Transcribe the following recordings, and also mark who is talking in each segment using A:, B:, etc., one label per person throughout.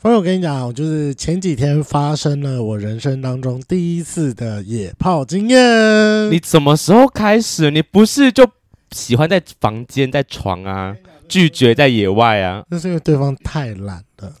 A: 朋友，我跟你讲，就是前几天发生了我人生当中第一次的野炮经验。
B: 你什么时候开始？你不是就喜欢在房间、在床啊，拒绝在野外啊？
A: 那是因为对方太懒了，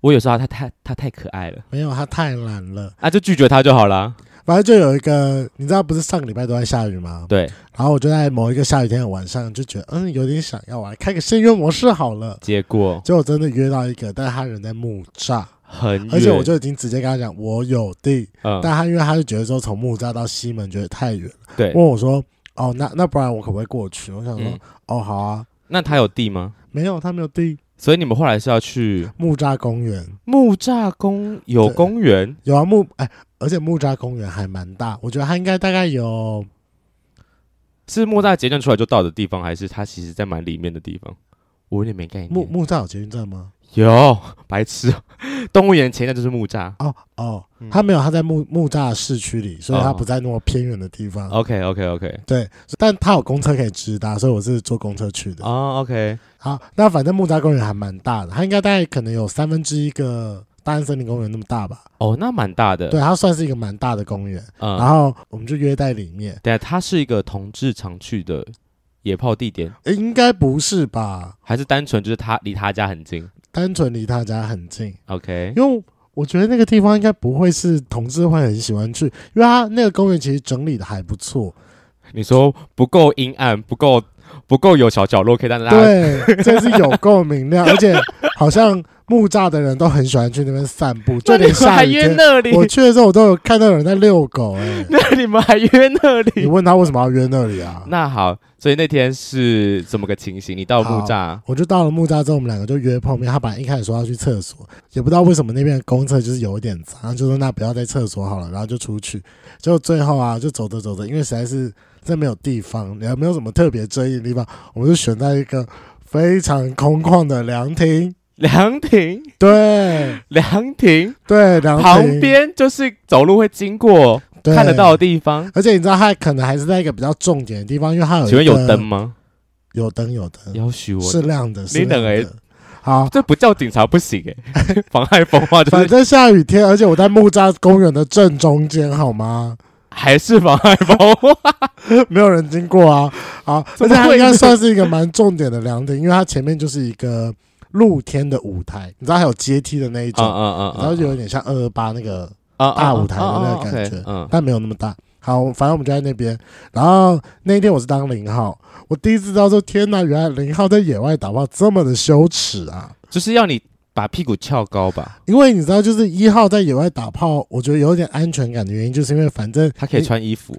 B: 我有时候他太他太可爱了
A: 没有他太懒了。
B: 啊，就拒绝他就好啦。
A: 反正就有一个，你知道不是上个礼拜都在下雨吗？
B: 对，
A: 然后我就在某一个下雨天的晚上就觉得，嗯，有点想要玩，开个限约模式好了。
B: 结果
A: 结果真的约到一个，但是他人在木栅，
B: 很远，
A: 而且我就已经直接跟他讲我有地，
B: 嗯，
A: 但他因为他就觉得说从木栅到西门觉得太远了，
B: 对
A: 问，我说，哦，那那不然我可不可以过去？我想说，
B: 嗯
A: 哦，好啊，
B: 那他有地吗？
A: 没有，他没有地，
B: 所以你们后来是要去
A: 木栅公园
B: 木栅公有
A: 对
B: 公园，
A: 有啊木，哎，而且木栅公园还蛮大，我觉得他应该大概有，
B: 是木栅捷运出来就到的地方，还是它其实在蛮里面的地方？我有点没概
A: 木
B: 念。
A: 木栅有捷运站吗？
B: 有白痴， 动物园前面就是木栅。
A: 哦哦
B: 嗯，
A: 他没有，他在木木栅市区里，所以他
B: 哦
A: 不在那么偏远的地方。
B: OK OK OK
A: 对，但他有公车可以直达，所以我是坐公车去的。
B: 哦 OK，
A: 好，那反正木栅公园还蛮大的，它应该大概可能有三分之一个大安森林公园那么大吧。
B: 哦，那蛮大的。
A: 对，它算是一个蛮大的公园。
B: 嗯，
A: 然后我们就约在里面，
B: 对，啊它是一个同志常去的野炮地点，
A: 诶应该不是吧？
B: 还是单纯就是他离他家很近
A: 单纯离他家很近，
B: ？OK，
A: 因为我觉得那个地方应该不会是同志会很喜欢去，因为它那个公园其实整理的还不错。
B: 你说不够阴暗，不够不够有小角落可以让大家。
A: 对，这是有够明亮，而 且好像木栅的人都很喜欢去那边散步，就
B: 那你
A: 连
B: 们
A: 下
B: 还
A: 雨
B: 约
A: 天。
B: 那里？，
A: 我去的时候，我都有看到有人在遛狗、哎
B: 那你们还约那
A: 你
B: 里？
A: 问他为什么要约那里啊？
B: 那好，所以那天是怎么个情形？你到木栅，
A: 我就到了木栅之后，我们两个就约碰面。他本来一开始说要去厕所，也不知道为什么那边的公厕就是有一点脏，然后就说那不要在厕所好了，然后就出去。结果最后啊，就走着走着，因为实在是真没有地方，也没有什么特别争议的地方，我们就选在一个非常空旷的凉亭。
B: 凉 亭，
A: 对
B: 凉亭
A: 对，凉亭
B: 旁边就是走路会经过
A: 对
B: 看得到的地方。
A: 而且你知道，它可能还是在一个比较重点的地方，因为它有一
B: 请问有
A: 个
B: 灯，吗？
A: 有灯，有灯，
B: 要许我，
A: 是亮的，是
B: 你
A: 亮
B: 冷欸
A: 的。好，
B: 这不叫警察不行哎、 妨害风化就
A: 反
B: 是
A: 正下雨天，而且我在木栅公园的正中间，好 吗？
B: 还是妨害风 化。
A: 没有人经过啊。好，而
B: 怎
A: 且
B: 么会
A: 它应该算是一个蛮重点的凉亭，因为它前面就是一个露天的舞台，你知道还有阶梯的那一种，
B: 嗯
A: 然后就有点像二二八那个，
B: 啊
A: 大舞台的那个感觉
B: 嗯，
A: 但没有那么大。好，反正我们就在那边。然后那一天我是当零号，我第一次知道说，天哪，原来零号在野外打炮这么的羞耻啊！
B: 就是要你把屁股翘高吧，
A: 因为你知道，就是一号在野外打炮，我觉得有点安全感的原因，就是因为反正
B: 他可以穿衣服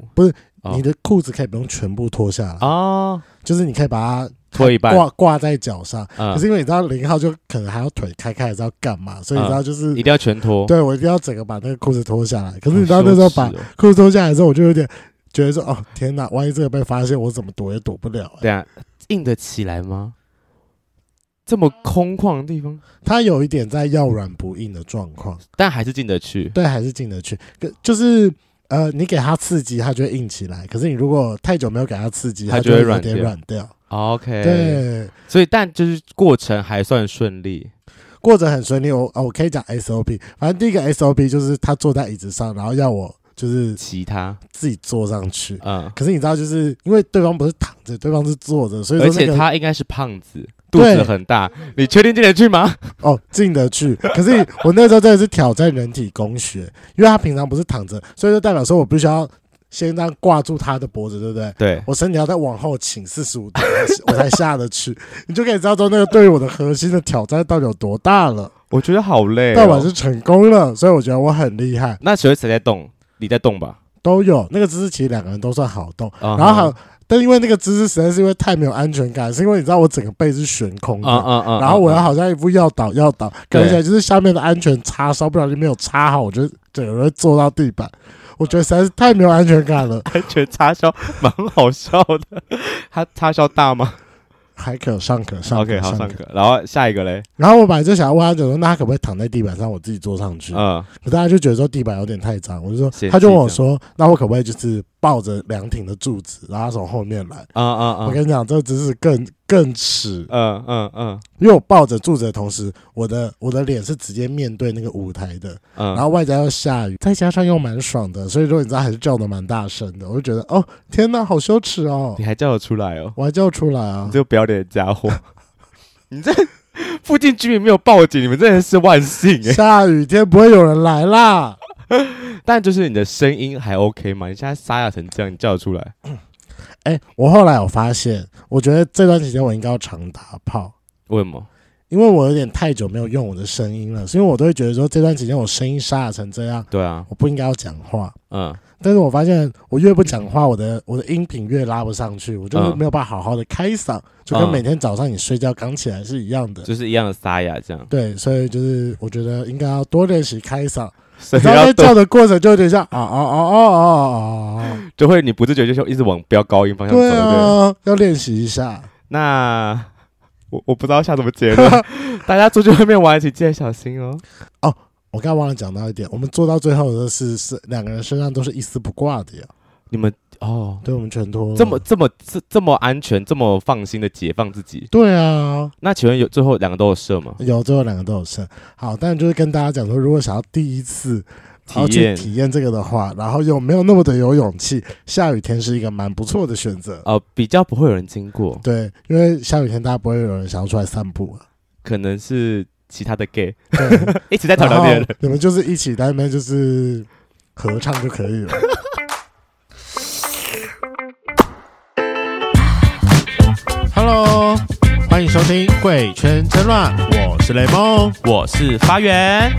B: 哦
A: 你的裤子可以不用全部脱下来，
B: 啊，
A: 就是你可以把
B: 脱一
A: 它
B: 半，
A: 挂挂在脚上。可
B: 嗯
A: 是，因为你知道零号就可能还要腿开开，还是要干嘛，所以你知道就是，
B: 啊一定要全脱。
A: 对我一定要整个把那个裤子脱下来。可是
B: 好
A: 你知道那时候把
B: 羞耻哦
A: 裤子脱下来之后，我就有点觉得说，哦天哪，万一这个被发现，我怎么躲也躲不了、欸。
B: 对啊，硬得起来吗？这么空旷的地方，
A: 他有一点在要软不硬的状况，
B: 但还是进得去。
A: 对，还是进得去。可就是呃，你给他刺激，他就会硬起来。可是你如果太久没有给他刺激，
B: 它
A: 他
B: 就
A: 会
B: 会
A: 有
B: 软
A: 点
B: 掉
A: 软掉。
B: OK，，
A: 对，
B: 所以但就是过程还算顺利。
A: 过程很顺利。我哦，我可以讲 SOP。反正第一个 SOP 就是他坐在椅子上，然后要我就是
B: 其他，
A: 自己坐上去。
B: 嗯，
A: 可是你知道，就是因为对方不是躺着，对方是坐着，所以说
B: 而
A: 那
B: 且
A: 个
B: 他应该是胖子，肚子很大，你确定进得去吗？
A: 哦进得去。可是我那时候真的是挑战人体工学，因为他平常不是躺着，所以就代表说我必须要先这样挂住他的脖子，对不对？
B: 对，
A: 我身体要再往后倾四十五 度，我才下得去。你就可以知道说那个对于我的核心的挑战到底有多大了。
B: 我觉得好累哦。
A: 但我还是成功了，所以我觉得我很厉害。
B: 那谁谁在动？你在动吧。
A: 都
B: 嗯
A: 有那个姿势，其实两个人都算好动。
B: 然
A: 然后还有，但因为那个姿势实在是因为太没有安全感，是因为你知道我整个背是悬空的，
B: 嗯嗯嗯，
A: 然后我
B: 嗯
A: 要好像一副要倒要倒，
B: 对
A: 感觉就是下面的安全插稍不小心没有插好，我就整个人会坐到地板。我觉得实在是太没有安全感 了，
B: 安全插销蛮好笑的，他插销大吗
A: 还可上可上可
B: ？OK，好，上
A: 可。
B: 课。然后下一个嘞，
A: 然后我本来就想要问他讲说，那他可不可以躺在地板上，我自己坐上去？
B: 嗯，
A: 可大家就觉得说地板有点太脏，我就
B: 嫌
A: 说，
B: 弃
A: 他就问我说，那我可不可以就是抱着凉亭的柱子，然后他从后面来。
B: 啊啊啊
A: 我！跟你讲，这姿势更更耻，
B: 嗯嗯嗯
A: 因为我抱着柱子的同时，我的我的脸是直接面对那个舞台的，
B: 嗯，
A: 然后外加又下雨，再加上又蛮爽的，所以说你知道还是叫的蛮大声的，我就觉得哦天哪，好羞耻哦
B: 你，还叫得出来哦？
A: 我还叫出来啊
B: 你，这个不要脸的家伙！ 你这附近居民没有报警，你们真的是万幸哎。
A: 下雨天不会有人来啦。
B: 但就是你的声音还 OK 嘛？你现在沙哑成这样，你叫得出来？
A: 哎、我后来有发现，我觉得这段期间我应该要常打炮，
B: 为什么？
A: 因为我有点太久没有用我的声音了，所以我都会觉得说这段期间我声音沙哑成这样，
B: 对啊，
A: 我不应该要讲话。
B: 嗯
A: 但是我发现我越不讲话，我的我的音频越拉不上去，我就是
B: 嗯
A: 没有办法好好的开嗓，就跟
B: 嗯
A: 每天早上你睡觉刚起来是一样的。
B: 就是一样的沙哑这样。
A: 对，所以就是我觉得应该要多练习开 嗓，
B: 所
A: 你知
B: 以
A: 道
B: 要
A: 在
B: 动
A: 叫的过程就有点像啊啊啊啊啊啊啊，
B: 就会你不自觉就是一直往飙高音方向走，
A: 对
B: 对不对？
A: 啊，要练习一下。
B: 那我我不知道下什么结 论，大家出去外面玩，请记得小心哦。
A: 我刚才忘了讲到一点，我们做到最后的是是两个人身上都是一丝不挂的呀，
B: 你们哦，
A: 对我们全脱了。
B: 这么这么这这么安全，这么放心的解放自己。
A: 对啊，
B: 那请问有最后两个都有射吗？
A: 有最后两个都有剩。好，但就是跟大家讲说，如果想要第一次然后
B: 体
A: 去
B: 验
A: 体验这个的话，然后又没有那么的有勇气，下雨天是一个蛮不错的选择。
B: 呃，比较不会有人经过，
A: 对，因为下雨天大家不会有人想要出来散步啊。
B: 可能是其他的 gay
A: 对，
B: 一起在讨
A: 然
B: 论
A: 后
B: 别人。
A: 你们就是一起在那边就是合唱就可以 了。Hello，欢迎收听《贵圈争乱》，我是雷梦。
B: 我是发源，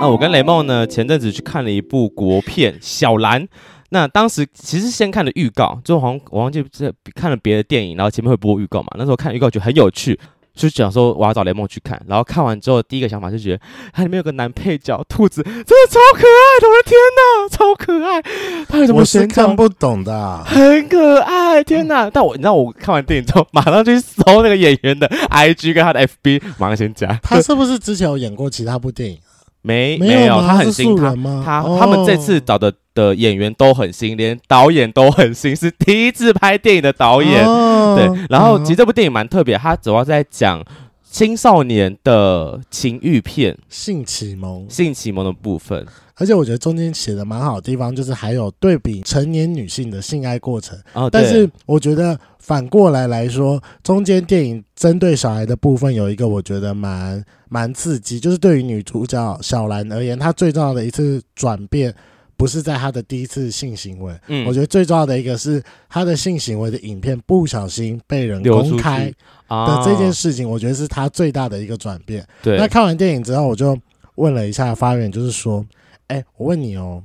B: 那我跟雷梦呢，前阵子去看了一部国片《小兰》。那当时其实先看了预告，就好像我忘记这看了别的电影，然后前面会播预告嘛。那时候看预告觉得很有趣，就想说我要找雷梦去看。然后看完之后，第一个想法就觉得它里面有个男配角兔子，真的超可爱的，我的天哪，超可爱！他有什么
A: 我是
B: 身
A: 看
B: 长？
A: 不懂的啊、
B: 很可爱，天哪！但我你知道，我看完电影之后，马上去搜那个演员的 IG 跟他的 FB，马上先加。
A: 他是不是之前有演过其他部电影？
B: 没
A: 没
B: 有，
A: 吗
B: 他很
A: 是
B: 新，
A: 素
B: 他
A: 人吗？
B: 他
A: 哦
B: 他们这次找的的演员都很新，连导演都很新，是第一次拍电影的导演。
A: 哦
B: 对，然后
A: 嗯
B: 其实这部电影蛮特别，它主要在讲青少年的情欲片、
A: 性启蒙，
B: 性启蒙的部分。
A: 而且我觉得中间写的蛮好的地方，就是还有对比成年女性的性爱过程。
B: 哦，
A: 但
B: 对
A: 是我觉得反过来来说，中间电影针对小孩的部分有一个我觉得蛮蛮刺激，就是对于女主角小兰而言，她最重要的一次转变，不是在她的第一次性行为，
B: 嗯
A: 我觉得最重要的一个是她的性行为的影片不小心被人
B: 流出
A: 公
B: 去
A: 开
B: 啊
A: 的这件事情，我觉得是她最大的一个转变。那
B: 对，
A: 看完电影之后，我就问了一下发源，就是说，哎、我问你哦，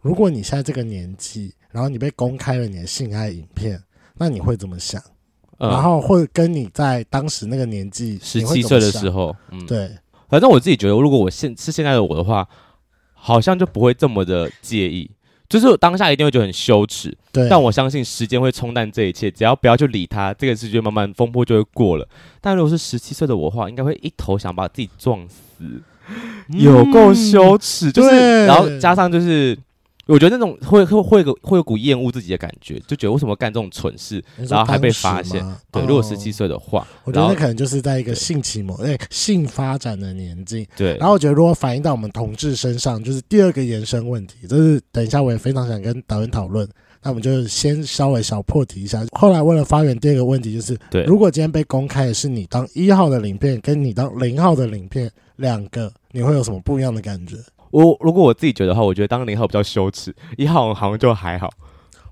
A: 如果你现在这个年纪，然后你被公开了你的性爱影片，那你会怎么想？
B: 嗯
A: 然后会跟你在当时那个年纪，
B: 十七岁的时
A: 候，
B: 候，嗯，
A: 对，
B: 反正我自己觉得，如果我现是现在的我的话，好像就不会这么的介意。就是我当下一定会觉得很羞耻，
A: 对，
B: 但我相信时间会冲淡这一切，只要不要去理它，这个事情慢慢风波就会过了。但如果是十七岁的我的话，应该会一头想把自己撞死，
A: 嗯
B: 有够羞耻。就是，
A: 对
B: 然后加上就是，我觉得那种会会会有个会有股厌恶自己的感觉，就觉得为什么干这种蠢事？
A: 你说
B: 然后还被
A: 当时
B: 发现
A: 吗
B: 对，如果
A: 哦
B: 十七岁的话，
A: 我觉得
B: 然
A: 那
B: 后
A: 可能就是在一个
B: 对
A: 性启蒙、哎，性发展的年纪。
B: 对，
A: 然后我觉得，如果反映到我们同志身上，就是第二个延伸问题，就是等一下我也非常想跟导演讨论。那我们就先稍微小破题一下。后来为了发源，第二个问题就是，
B: 对
A: 如果今天被公开的是你当一号的鳞片，跟你当零号的鳞片两个，你会有什么不一样的感觉？
B: 我如果我自己觉得话，我觉得当零号比较羞耻，一号好像就还好。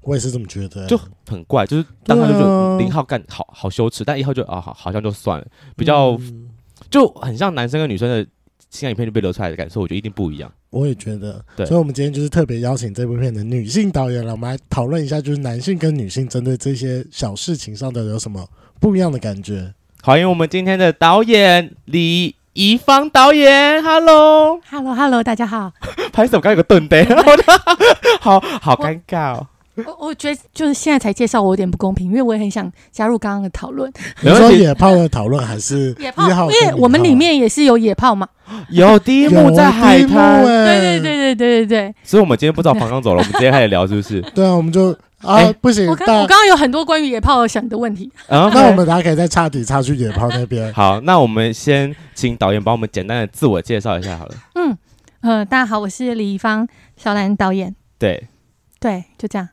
A: 我也是这么觉得、欸
B: 就很怪，就是当他就觉
A: 对
B: 得
A: 啊
B: 嗯零号干好好羞耻，但一号就啊好好像就算了，比较
A: 嗯
B: 就很像男生跟女生的情感影片就被流出来的感受，我觉得一定不一样。
A: 我也觉得，
B: 对
A: 所以我们今天就是特别邀请这部片的女性导演来，我们来讨论一下，就是男性跟女性针对这些小事情上的有什么不一样的感觉。
B: 好，因为我们今天的导演李怡芳导演，Hello，
C: h e l l o h e l l o 大家好。
B: 拍手刚有个顿呆，我就好好尴尬哦。
C: 我我觉得就是现在才介绍，我有点不公平，因为我也很想加入刚刚的讨论。
A: 你
B: 没关
A: 说
B: 系
A: 野炮的讨论还是
C: 野炮，
A: 一号啊
C: 因
A: 跟
C: 为我们
A: 零号
C: 里面也是有野炮嘛。
B: 有第一幕在海
A: 有第一幕
B: 滩，
A: 欸
C: 对对对对对对
B: 所以我们今天不找房刚走了，我们直接开始聊，是 不是？
A: 对啊，我们就啊
B: 哎
A: 不行
C: 对，我，刚我
A: 大
C: 刚刚有很多关于野炮想的问题。
B: 啊，。
A: 那我们大家可以再插底插去野炮那边
B: 好，那我们先请导演帮我们简单的自我介绍一下好了。
C: 嗯，呃，大家好，我是李易芳，小兰导演。
B: 对，
C: 对，就这样。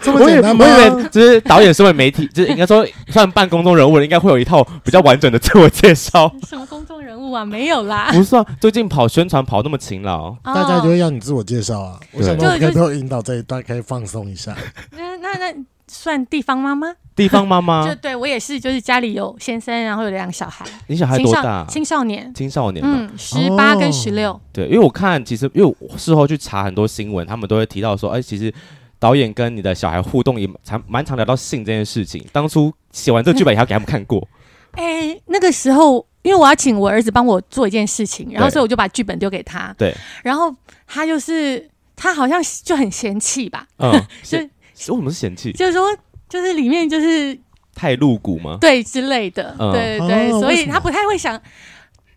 A: 这么
B: 我以
A: 简
B: 为
A: 单
B: 我
A: 吗？
B: 以为就是导演身为媒体，就是应该说算半公众人物了，应该会有一套比较完整的自我介绍。
C: 什么公众人物啊？没有 啦。
B: 不算，最近跑宣传跑那么勤劳，
A: 大家就
C: 哦
A: 会要你自我介绍啊。我
B: 对
A: 想说，我
C: 就
A: 们都引导这一段可以放松一下。
C: 那那那算地方妈妈？
B: 地方妈妈
C: 就，对我也是，就是家里有先生，然后有两个小孩，
B: 你小孩
C: 青
B: 多
C: 少
B: 大？啊
C: 青少年，
B: 青少年嘛，
C: 嗯，十八跟十六、
B: 对，因为我看其实，因为我事后去查很多新闻，他们都会提到说，哎、其实导演跟你的小孩互动也常蛮常聊到性这件事情。当初写完这个剧本也要给他们看 过，
C: 哎、那个时候，因为我要请我儿子帮我做一件事情，然后
B: 对
C: 所以我就把剧本丢给他。
B: 对，
C: 然后他就是他好像就很嫌弃吧，
B: 嗯，
C: 就是
B: 为什么是嫌弃？
C: 就是说。就是里面就是
B: 太露骨吗？
C: 对之类的，
B: 嗯
C: 对对对，
A: 哦
C: 所
A: 为
C: 以
A: 什么
C: 他不太会想，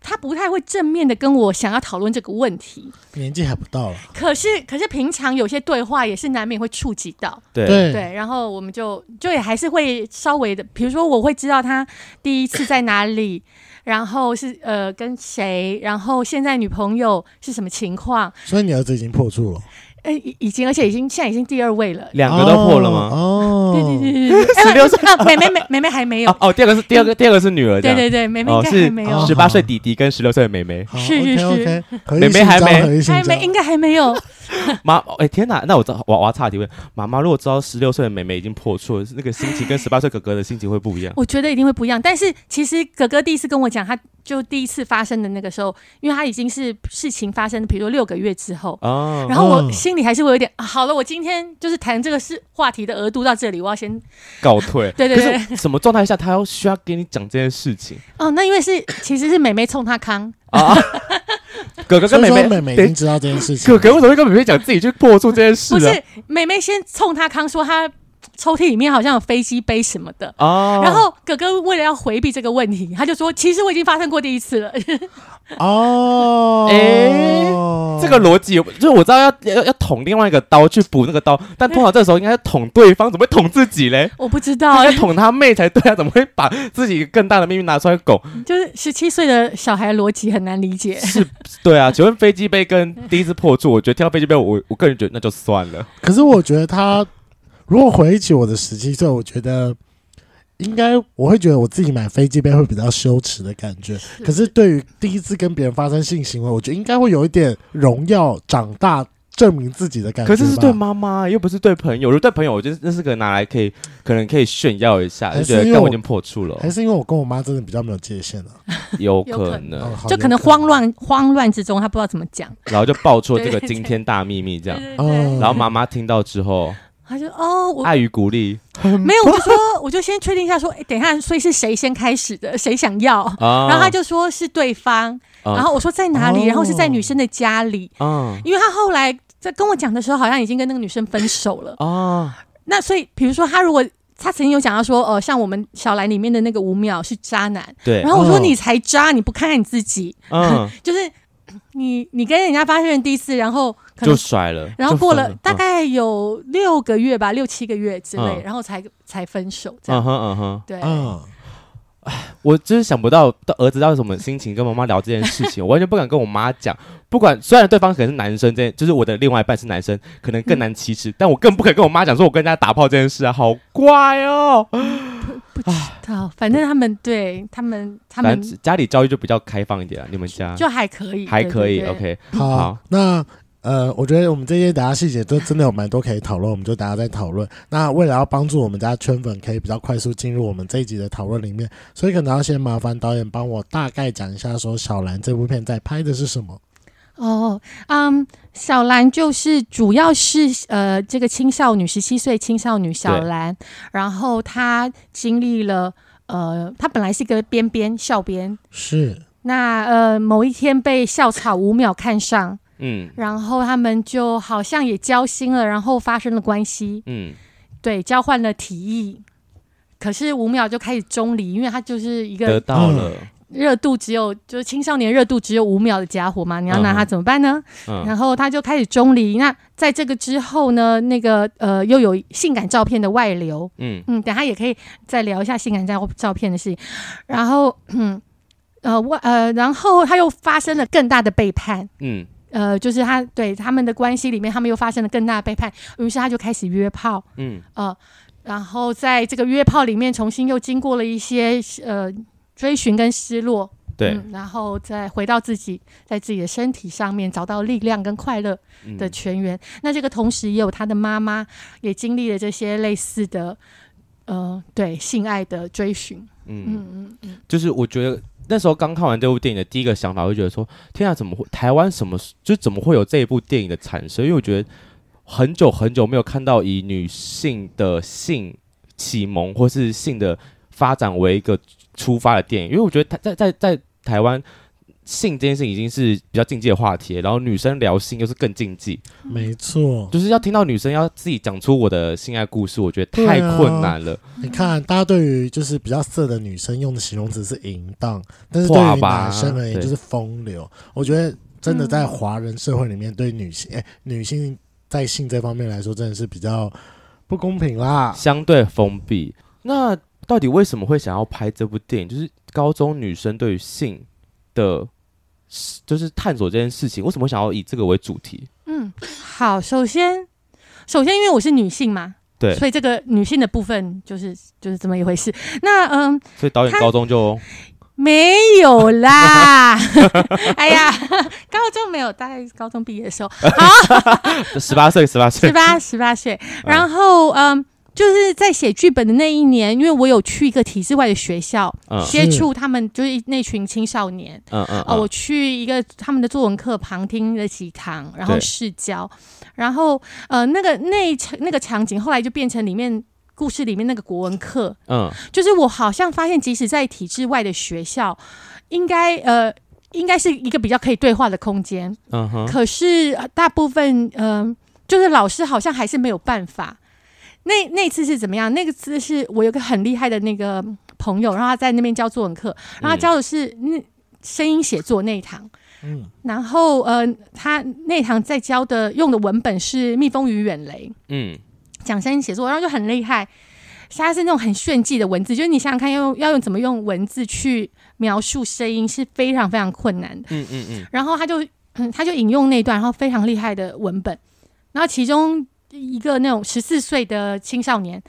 C: 他不太会正面的跟我想要讨论这个问题。
A: 年纪还不到了，
C: 可是可是平常有些对话也是难免会触及到，
B: 对，
C: 对，然后我们就就也还是会稍微的，比如说我会知道他第一次在哪里，然后是呃跟谁，然后现在女朋友是什么情况，
A: 所以你儿子已经破处了，
C: 呃已已经而且已经现在已经第二位了，
B: 两个都破了吗？
A: 哦，
C: 对对对对对，
B: 16
C: 岁，啊妹妹妹妹妹还没有，
B: 哦哦，第二个是第二个，第二个是女儿，这
C: 对
B: 样
C: 对对，妹妹应
B: 哦
C: 该还没有，
B: 是十八岁弟弟跟十六岁的妹妹，
A: 好，
C: 是是
A: o k
C: 是
A: OK，合一
B: 妹妹
A: 性
B: 还
A: 交
B: 没
A: 合一性
C: 还
A: 交
C: 没应该还没有，
B: 妈，哎、天哪！那我知道我我要岔题问，妈妈如果知道十六岁的妹妹已经破处了，那个心情跟十八岁哥哥的心情会不一样。
C: 我觉得一定会不一样。但是其实哥哥第一次跟我讲，他就第一次发生的那个时候，因为他已经是事情发生，比如说六个月之后，
B: 哦，
C: 然后我
A: 嗯
C: 心里还是会有点、啊好了，我今天就是谈这个事话题的额度到这里，我要先
B: 告退。
C: 对对对
B: 可是什么状态下他要需要跟你讲这件事情？
C: 哦，那因为是其实是妹妹冲他康，
B: 啊，哥哥
A: 所
B: 跟
A: 以
B: 妹
A: 说妹
B: 妹，
A: 妹已
B: 对
A: 经知道这件事情
B: 哥
A: 了，
B: 哥为什么会跟妹妹讲自己去破处这件事
C: 不
B: 啊？
C: 是妹妹先冲他康说他抽屉里面好像有飞机杯什么的。
B: 哦，
C: 然后哥哥为了要回避这个问题，他就说：“其实我已经发生过第一次了。
A: 哦，
B: 哎这个逻辑就是我知道要要要捅另外一个刀去补那个刀，但通常这时候应该是捅对方，怎么会捅自己嘞？”
C: 我不知
B: 应
C: 道，
B: 该捅他妹才对啊，怎么会把自己更大的秘密拿出来拱？
C: 就是十七岁的小孩逻辑很难理解。
B: 是， 对啊。请问飞机杯跟第一次破处，我觉得听到飞机杯，我我个人觉得那就算了。
A: 可是我觉得他如果回忆起我的十七岁，我觉得应该我会觉得我自己买飞机杯会比较羞耻的感觉。可是对于第一次跟别人发生性行为，我觉得应该会有一点荣耀、长大、证明自己的感觉。
B: 可是是对？妈妈，又不是对朋友。如果对朋友，我觉得那是个拿来可以，可能可以炫耀一下，
A: 还
B: 就是觉得
A: 因为
B: 但我
A: 我
B: 已经破处了，
A: 还是因为我跟我妈真的比较没有界限了、
B: 有
C: 有
B: 可
C: 可
B: 能，
A: 哦好
C: 就可能慌乱慌乱之中，他不知道怎么讲。
B: 然后就爆出了这个
C: 对对
B: 惊天大秘密，这样。
C: 对对嗯
A: 哦
C: 对，
B: 然后妈妈听到之后，
C: 他就哦，我
B: 爱与鼓励
C: 没有，我就说，我就先确定一下，说，哎，等一下，所以是谁先开始的，谁想要？
B: 啊，
C: 然后他就说是对方，
B: 嗯，
C: 然后我说在哪里，
A: 哦
C: 然后是在女生的家里，
B: 啊
C: 因为他后来在跟我讲的时候，好像已经跟那个女生分手了。
B: 啊，
C: 那所以，比如说他如果他曾经有讲到说，呃，像我们小兰里面的那个吴淼是渣男，
B: 对
C: 然，后我说
A: 哦
C: 你才渣，你不看看你自己，
B: 嗯，
C: 就是你你跟人家发生第一次，然后可能
B: 就甩了，
C: 然后
B: 就
C: 过
B: 分
C: 了大
B: 嗯
C: 概有六个月吧，六七个月之类，
B: 嗯
C: 然后才才分手这样。
B: 嗯哼嗯哼，
C: 对，
A: 嗯，
B: 我就是想不到到儿子到底什么心情跟妈妈聊这件事情，我完全不敢跟我妈讲。不管虽然对方可能是男生，这件就是我的另外一半是男生，可能更难启齿，但我更不肯跟我妈讲说我跟人家打炮这件事啊，好怪哦。
C: 不知道，反正他们对他们他
B: 反
C: 们
B: 正家里教育就比较开放一点啊，你们家
C: 就还可以，
B: 还可以
C: 对对对
B: OK。
A: 好，
B: 好
A: 那。呃，我觉得我们这些等下细节都真的有蛮多可以讨论，我们就大家再讨论。那为了要帮助我们家圈粉可以比较快速进入我们这一集的讨论里面，所以可能要先麻烦导演帮我大概讲一下，说小兰这部片在拍的是什么。
C: 哦，嗯，小兰就是主要是呃，这个青少女，十七岁青少女小兰，然后她经历了呃，她本来是一个边边校边，
A: 是，
C: 那呃某一天被校草五秒看上，
B: 嗯
C: 然后他们就好像也交心了，然后发生了关系，
B: 嗯，
C: 对，交换了提议。可是五秒就开始中离，因为他就是一
B: 得
C: 个
B: 到了，
C: 热度只有，就是青少年热度只有五秒的家伙嘛，你要拿他
B: 嗯
C: 怎么办呢？
B: 嗯
C: 然后他就开始中离。那在这个之后呢，那个呃又有性感照片的外流，
B: 嗯
C: 嗯，等下也可以再聊一下性感照照片的事情。然后，嗯，呃外呃，然后他又发生了更大的背叛。
B: 嗯
C: 呃，就是他对他们的关系里面，他们又发生了更大的背叛，于是他就开始约炮，
B: 嗯
C: 呃，然后在这个约炮里面，重新又经过了一些呃追寻跟失落，
B: 对
C: 嗯，然后再回到自己，在自己的身体上面找到力量跟快乐
B: 嗯
C: 的全员。那这个同时也有他的妈妈也经历了这些类似的，呃，对性爱的追寻，
B: 嗯，
C: 嗯嗯嗯，
B: 就是我觉得。那时候刚看完这部电影的第一个想法，会觉得说：天啊，怎么会台湾什么就怎么会有这一部电影的产生？因为我觉得很久很久没有看到以女性的性启蒙或是性的发展为一个出发的电影，因为我觉得台在在在台湾性这件事情已经是比较禁忌的话题了，然后女生聊性又是更禁忌，
A: 没错。
B: 就是要听到女生要自己讲出我的性爱故事，我觉得
A: 对啊
B: 太困难了。
A: 你看，大家对于就是比较色的女生用的形容词是淫荡，但是对
B: 话
A: 于
B: 吧
A: 男生而言
B: 对
A: 就是风流。我觉得真的
C: 嗯
A: 在华人社会里面，对女性、哎女性在性这方面来说，真的是比较不公平啦。
B: 相对封闭。啊那到底为什么会想要拍这部电影？就是高中女生对于性的，就是探索这件事情，为什么会想要以这个为主题？
C: 嗯，好，首先，首先因为我是女性嘛，
B: 对
C: 所以这个女性的部分就是就是这么一回事。那嗯，
B: 所以导演
C: 他
B: 高中就
C: 没有 啦， 哎呀， 高中没有，大概高中毕业的时候，
B: 十八 岁，十八岁
C: 十，八十八岁，然后嗯。就是在写剧本的那一年，因为我有去一个体制外的学校，
A: 啊
B: 嗯
C: 接触他们就是那群青少年。
B: 嗯嗯，
C: 哦，
B: 嗯
C: 我去一个他们的作文课旁听了几堂，然后
B: 对
C: 试教，然后呃，那个那一场那个场景后来就变成里面故事里面那个国文课，
B: 嗯
C: 就是我好像发现，即使在体制外的学校，应该呃。应该是一个比较可以对话的空间，
B: 嗯哼，
C: 可是呃大部分，嗯、就是老师好像还是没有办法。那那次是怎么样？那个次是我有个很厉害的那个朋友，然后他在那边教作文课，然后他教的是那声音写作那一堂，
A: 嗯，
C: 然后呃，他那堂在教的用的文本是《蜜蜂与远雷
B: 嗯》，
C: 讲声音写作，然后就很厉害。他是那种很炫技的文字，就是你想想看要用要用怎么用文字去描述声音是非常非常困难的。
B: 嗯嗯嗯，
C: 然后他就、嗯、他就引用那段，然后非常厉害的文本，然后其中一个那种十四岁的青少年，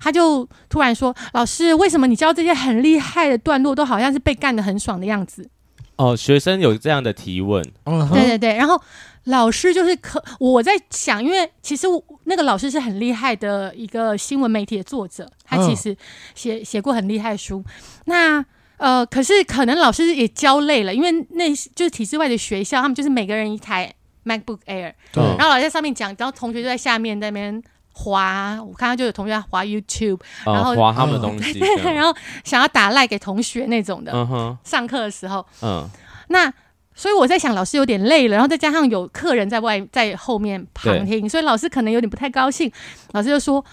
C: 他就突然说：“老师，为什么你教这些很厉害的段落都好像是被干得很爽的样子？”
B: 哦，学生有这样的提问，
A: 嗯
C: 对
A: 哼，
C: 对对，然后老师就是可我在想，因为其实我那个老师是很厉害的一个新闻媒体的作者，他
A: 嗯
C: 其实写、写过很厉害的书。那呃，可是可能老师也教累了，因为那就是体制外的学校，他们就是每个人一台 MacBook Air，
A: 对
B: 嗯
C: 然后老师在上面讲，然后同学就在下面在那边滑。我看到就有同学在滑 YouTube，然后
B: 嗯，划他们的东西，这样
C: 然后想要打赖给同学那种的。
B: 嗯哼，
C: 上课的时候，
B: 嗯，
C: 那所以我在想，老师有点累了，然后再加上有客人在外在后面旁听，所以老师可能有点不太高兴。老师就说：“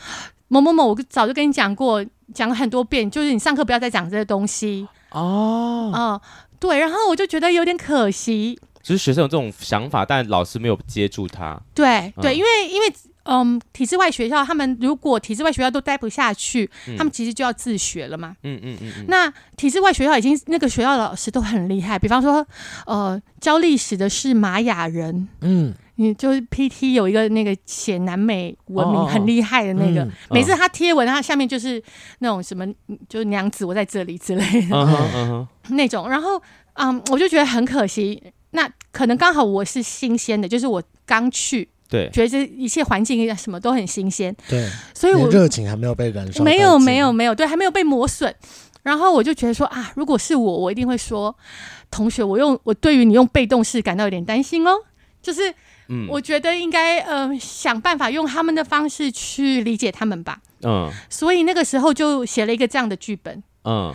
C: 某某某，我早就跟你讲过，讲了很多遍，就是你上课不要再讲这些东西。
B: 哦，
C: 嗯，对。然后我就觉得有点可惜，
B: 就是学生有这种想法，但老师没有接住他，
C: 对
B: 嗯
C: 对，因为因为。嗯，体制外学校，他们如果体制外学校都待不下去，
B: 嗯
C: 他们其实就要自学了嘛。
B: 嗯嗯嗯嗯，
C: 那体制外学校已经那个学校老师都很厉害，比方说，呃，教历史的是玛雅人，
A: 嗯，
C: 你就是 PT 有一个那个写南美文
B: 哦哦
C: 明
B: 哦
C: 很厉害的那个，
A: 嗯
C: 每次他贴文，他下面就是那种什么，就是娘子我在这里之类的、
B: 嗯哼嗯哼，
C: 那种。然后，嗯，我就觉得很可惜。那可能刚好我是新鲜的，就是我刚去，
B: 对，
C: 觉得这一切环境啊什么都很新鲜，
A: 对，
C: 所以
A: 你
C: 我
A: 的热情还没有被燃烧，
C: 没有没有，没有，对，还没有被磨损。然后我就觉得说啊，如果是我，我一定会说，同学，我用我对于你用被动式感到有点担心哦，就是
B: 嗯，
C: 我觉得应该呃想办法用他们的方式去理解他们吧。
B: 嗯
C: 所以那个时候就写了一个这样的剧本。
B: 嗯，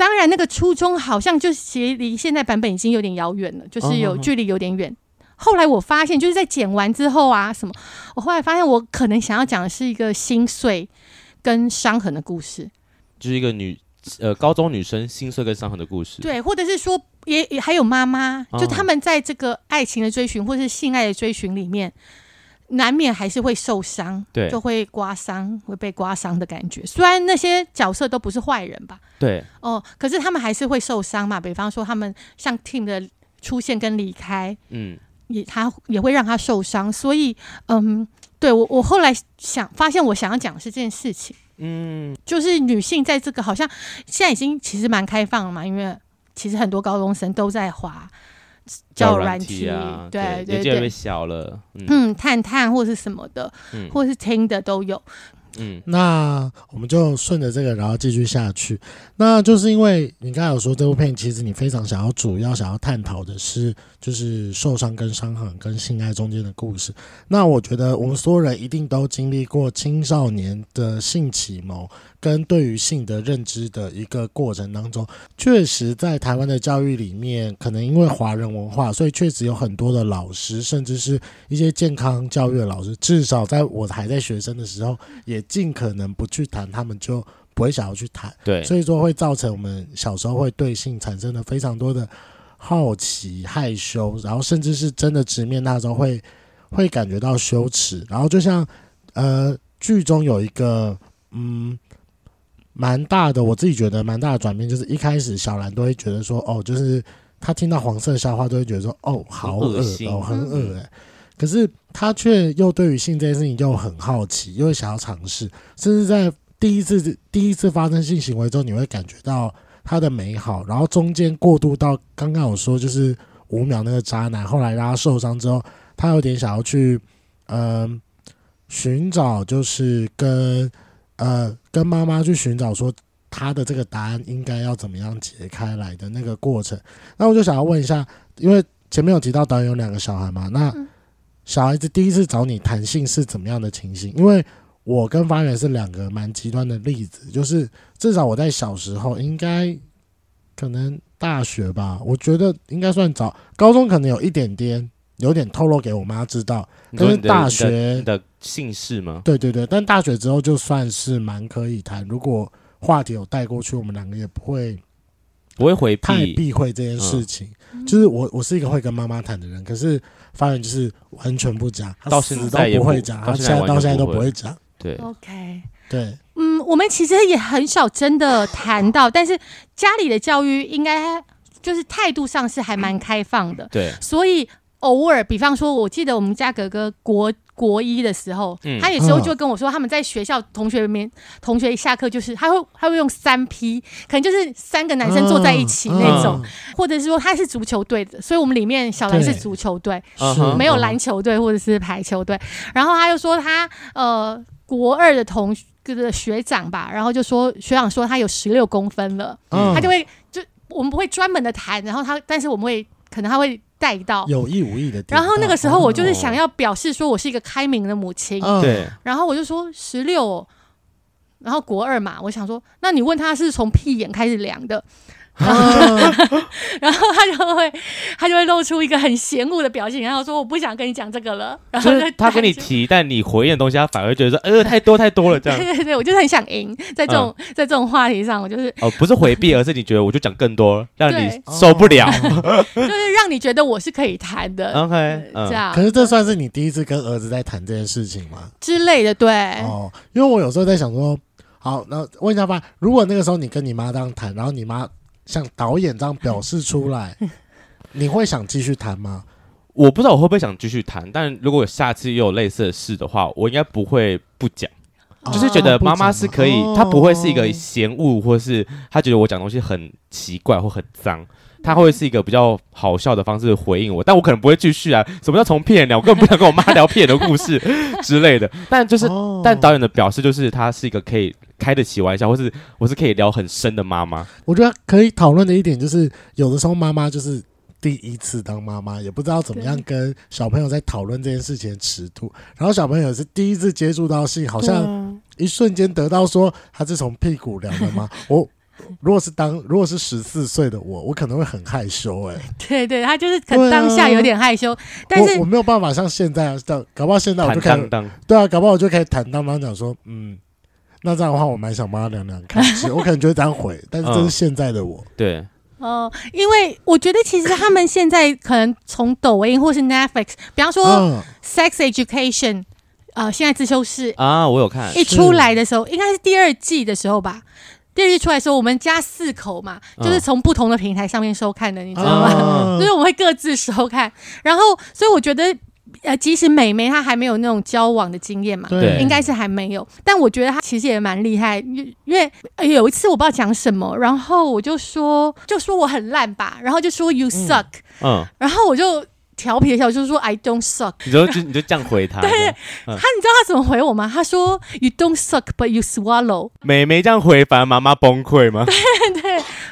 C: 当然，那个初衷好像就其实离现在版本已经有点遥远了，就是有
B: 嗯嗯嗯
C: 距离有点远。后来我发现，就是在剪完之后啊，什么，我后来发现我可能想要讲的是一个心碎跟伤痕的故事，
B: 就是一个女呃高中女生心碎跟伤痕的故事。
C: 对，或者是说也也还有妈妈，
B: 哦
C: 就他们在这个爱情的追寻或是性爱的追寻里面，难免还是会受伤，
B: 对
C: 就会刮伤，会被刮伤的感觉。虽然那些角色都不是坏人吧，
B: 对
C: 哦，可是他们还是会受伤嘛。比方说，他们像 Team 的出现跟离开，
B: 嗯，
C: 也他也会让他受伤，所以嗯，对我我后来想发现我想要讲的是这件事情，嗯，就是女性在这个好像现在已经其实蛮开放了嘛，因为其实很多高中生都在滑交友软
B: 体啊，
C: 对
B: 年
C: 对
B: 纪越来越
C: 对，
B: 小了，嗯
C: 嗯，探探或是什么的，
B: 嗯
C: 或是听的都有，
B: 嗯，
A: 那我们就顺着这个，然后继续下去。那就是因为你刚才有说这部片，其实你非常想要主要想要探讨的是，就是受伤跟伤痕跟性爱中间的故事。那我觉得我们所有人一定都经历过青少年的性启蒙跟对于性的认知的一个过程当中，确实在台湾的教育里面，可能因为华人文化，所以确实有很多的老师，甚至是一些健康教育的老师，至少在我还在学生的时候。也尽可能不去谈，他们就不会想要去谈，
B: 对，
A: 所以说会造成我们小时候会对性产生了非常多的好奇、害羞，然后甚至是真的直面那时候会会感觉到羞耻，然后就像呃剧中有一个嗯。蛮大的，我自己觉得蛮大的转变，就是一开始小兰都会觉得说，哦，就是她听到黄色笑话都会觉得说，哦，好恶
B: 恶心
A: 哦，很恶
B: 嗯
A: 哎、可是她却又对于性这件事情又很好奇，又想要尝试，甚至在第一次第一次发生性行为之后，你会感觉到它的美好，然后中间过渡到刚刚我说就是五秒那个渣男，后来让他受伤之后，他有点想要去嗯、寻找，就是跟呃跟妈妈去寻找说他的这个答案应该要怎么样解开来的那个过程。那我就想要问一下，因为前面有提到导演有两个小孩嘛，那
C: 嗯
A: 小孩子第一次找你谈性是怎么样的情形？因为我跟发源是两个蛮极端的例子，就是至少我在小时候应该可能大学吧，我觉得应该算早，高中可能有一点点有点透露给我妈知道，
B: 你
A: 但
B: 说
A: 是
B: 你的
A: 大
B: 你的
A: 学
B: 你的姓氏吗？
A: 对对对，但大学之后就算是蛮可以谈，如果话题有带过去，我们两个也不会
B: 不会回
A: 太
B: 避，嗯
A: 避讳这件事情。就是我我是一个会跟妈妈谈的人，可是发现就是完全不讲，她
B: 到
A: 死
B: 现
A: 都
B: 在也
A: 不会
B: 不
A: 讲，
B: 到
A: 她
B: 现
A: 现
B: 在
A: 在
B: 完
A: 到
B: 全
A: 现在都
B: 不
A: 不
B: 会
A: 会讲。
B: 对，
C: 哦，OK。
A: 对，
C: 嗯，我们其实也很少真的谈到，但是家里的教育应该就是态度上是还蛮开放的，
B: 对，
C: 所以偶尔，比方说，我记得我们家哥哥国国一的时候，
B: 嗯
C: 他有时候就会跟我说，他们在学校同学里面，同学一下课就是他会他会用三 P，可能就是三个男生坐在一起
A: 嗯
C: 那种，或者是说他是足球队的，所以我们里面小兰
A: 对
C: 是足球队，
B: 嗯
A: 是
B: 哼
C: 没有篮球队或者是排球队。然后他又说他呃国二的同的学长吧，然后就说学长说他有十六公分了，
A: 嗯
C: 他就会就我们不会专门的谈，然后他但是我们会可能他会带到。
B: 嗯
A: 有意无意的。
C: 然后那个时候我就是
B: 哦
C: 想要表示说我是一个开明的母亲，
A: 嗯，
B: 对，
C: 然后我就说十六、然后国二嘛，我想说那你问他是从屁眼开始量的，
A: 啊
C: 然后他就会他就会露出一个很嫌恶的表情，然后说我不想跟你讲这个了。
A: 嗯
C: 然后
B: 就
C: 就是
B: 他跟你 提，但你回应的东西，他反而觉得说，呃，太多太多了这
C: 对
B: 样。嗯
C: 对对， 我就是很想赢，在这种、 在这种话题上，我就是
B: 哦，不是回避，而是你觉得我就讲更多，让你
C: 对哦
B: 受不了。
C: 就是让你觉得我是可以谈的。
B: OK，
C: 这
B: 嗯，
C: 样
A: 可是这算是你第一次跟儿子在谈这件事情吗？
C: 之类的，对，
A: 哦，因为我有时候在想说，好，那问一下吧，如果那个时候你跟你妈这样谈，然后你妈像导演这样表示出来， 你会想继续谈吗？
B: 我不知道我会不会想继续谈，但如果下次又有类似的事的话，我应该不会不讲，
A: 哦
B: 就是觉得妈妈是可以，她不会是一个嫌恶，或是她觉得我讲东西很奇怪或很脏。她会是一个比较好笑的方式回应我，但我可能不会继续啊。什么叫从骗聊？我根本不想跟我妈聊骗的故 事之类的。但就是
A: 哦
B: 但导演的表示就是他是一个可以开得起玩笑，或是我是可以聊很深的妈妈。
A: 我觉得可以讨论的一点就是，有的时候妈妈就是第一次当妈妈，也不知道怎么样跟小朋友在讨论这件事情的尺度。然后小朋友也是第一
B: 嗯
A: 次接触到性，好像一瞬间得到说他是从屁股量的吗？我如果是当如果是十四岁的我，我可能会很害羞哎、
C: 对对，他就是
B: 啊
C: 可能当下有点害羞，但是
A: 我我没有办法像现在，啊到搞不好现在我
B: 坦
A: 就开
B: 荡
A: 始
B: 荡，
A: 对啊，搞不好我就可以坦荡荡讲说，嗯，那这样的话我蛮想帮他量量看，其实我可能就会这样回，但是这是现在的我，
B: 对，
C: 哦、因为我觉得其实他们现在可能从抖音或是 Netflix，比方说
A: 嗯，
C: Sex Education，呃，现在自修室
B: 啊，我有看，
C: 一出来的时候，应该是第二季的时候吧。第二季出来的时候，我们家四口嘛，
B: 嗯
C: 就是从不同的平台上面收看的，你知道吗？
A: 啊
C: 所以我们会各自收看。然后，所以我觉得，呃，即使美眉她还没有那种交往的经验嘛，
B: 对
C: 应该是还没有。但我觉得她其实也蛮厉害，因因为呃有一次我不知道讲什么，然后我就说就说我很烂吧，然后就说 you suck，、
B: 嗯，
C: 然后我就调皮一下，我就说 I don't suck。
B: 你就就你就这样回他，这样
C: 她你知道她怎么回我吗？她说 you don't suck but you swallow。
B: 美眉这样回，反而妈妈崩溃吗？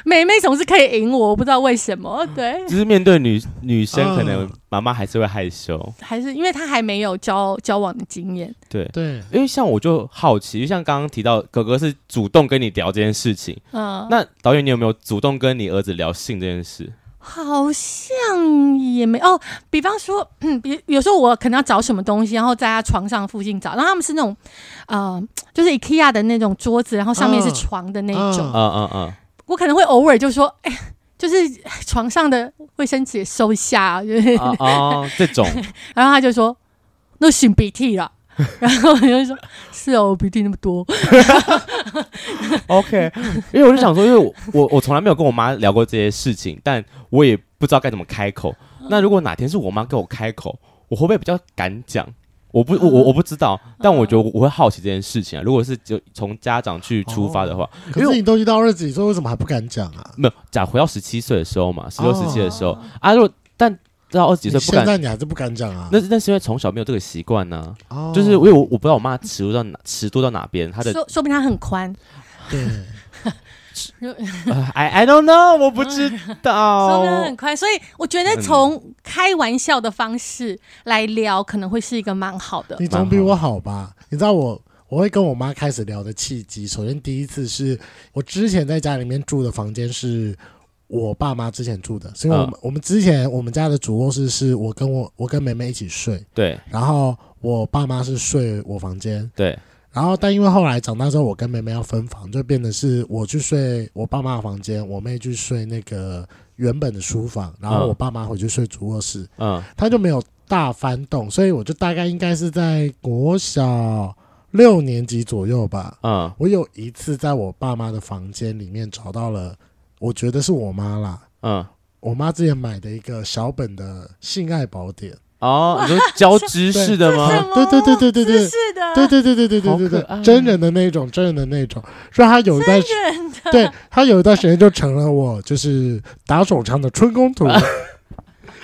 C: 美妹总是可以赢我，我不知道为什么。对，
B: 就是面对女女生，可能
A: 嗯
B: 妈妈还是会害羞，
C: 还是因为她还没有交交往的经验。
B: 对。
A: 对，
B: 因为像我就好奇，就像刚刚提到，哥哥是主动跟你聊这件事情。
C: 嗯，
B: 那导演，你有没有主动跟你儿子聊性这件事？
C: 好像也没哦。比方说，嗯，比有时候我可能要找什么东西，然后在他床上附近找，然后他们是那种，呃，就是 IKEA 的那种桌子，然后上面是
A: 嗯
C: 床的那
A: 嗯
C: 一种。
B: 嗯嗯嗯，
C: 我可能会偶尔就说，哎、就是床上的卫生纸也收一下、啊， 就是
B: 啊啊，这种
C: 然后他就说那擤鼻涕了。然后我就说：“是哦，我鼻涕那么多。
B: OK，因为我就想说，因为我我我从来没有跟我妈聊过这些事情，但我也不知道该怎么开口。
C: 嗯
B: 那如果哪天是我妈跟我开口，我会不会比较敢讲？我不
C: 嗯
B: 我我我不知道，但我觉得我会好奇这件事情啊。如果是就从家长去出发的话，
A: 可是你都已经到二十几岁，为什么还不敢讲啊？
B: 没有假回到十七岁的时候嘛，十
C: 哦
B: 六十七的时候、啊，如果但到二十几岁
A: 你
B: 不
A: 现
B: 敢
A: 在你还是不敢讲啊？
B: 那那是因为从小没有这个习惯呢，
A: 那
B: 就是因为我我不知道我妈尺度到哪尺度到哪边，她的
C: 说说明他很宽，
A: 哦对，
B: 呃 I I don't know，我不知
C: 说
B: 道
C: 明他很宽。所以我觉得从开玩笑的方式来聊，可能会是一个蛮好的。
A: 你总比我好吧？你知道我我会跟我妈开始聊的契机，首先第一次是我之前在家里面住的房间是。我爸妈之前住的，是因为我们、我们之前我们家的主卧室是我跟我我跟梅梅一起睡，
B: 对
A: 然后我爸妈是睡我房间，
B: 对
A: 然后但因为后来长大之后，我跟梅梅要分房，就变得是我去睡我爸妈的房间，我妹去睡那个原本的书房，然后我爸妈回去睡主卧室，
B: 嗯
A: 他就没有大翻动，所以我就大概应该是在国小六年级左右吧。
B: 嗯
A: 我有一次在我爸妈的房间里面找到了，我觉得是我妈啦，
B: 嗯
A: 我妈之前买的一个小本的性爱宝典。
B: 哦，你说教知识的
C: 什
B: 吗？
C: 么
A: 啊对对对对对对
C: 姿势哦的，
A: 对对对对对对对
B: 啊好可爱
A: 对，真人的那种，真人的那种。所以他有一段时，
C: 人的
A: 对他有一段时间就成了我就是打手枪的春宫图。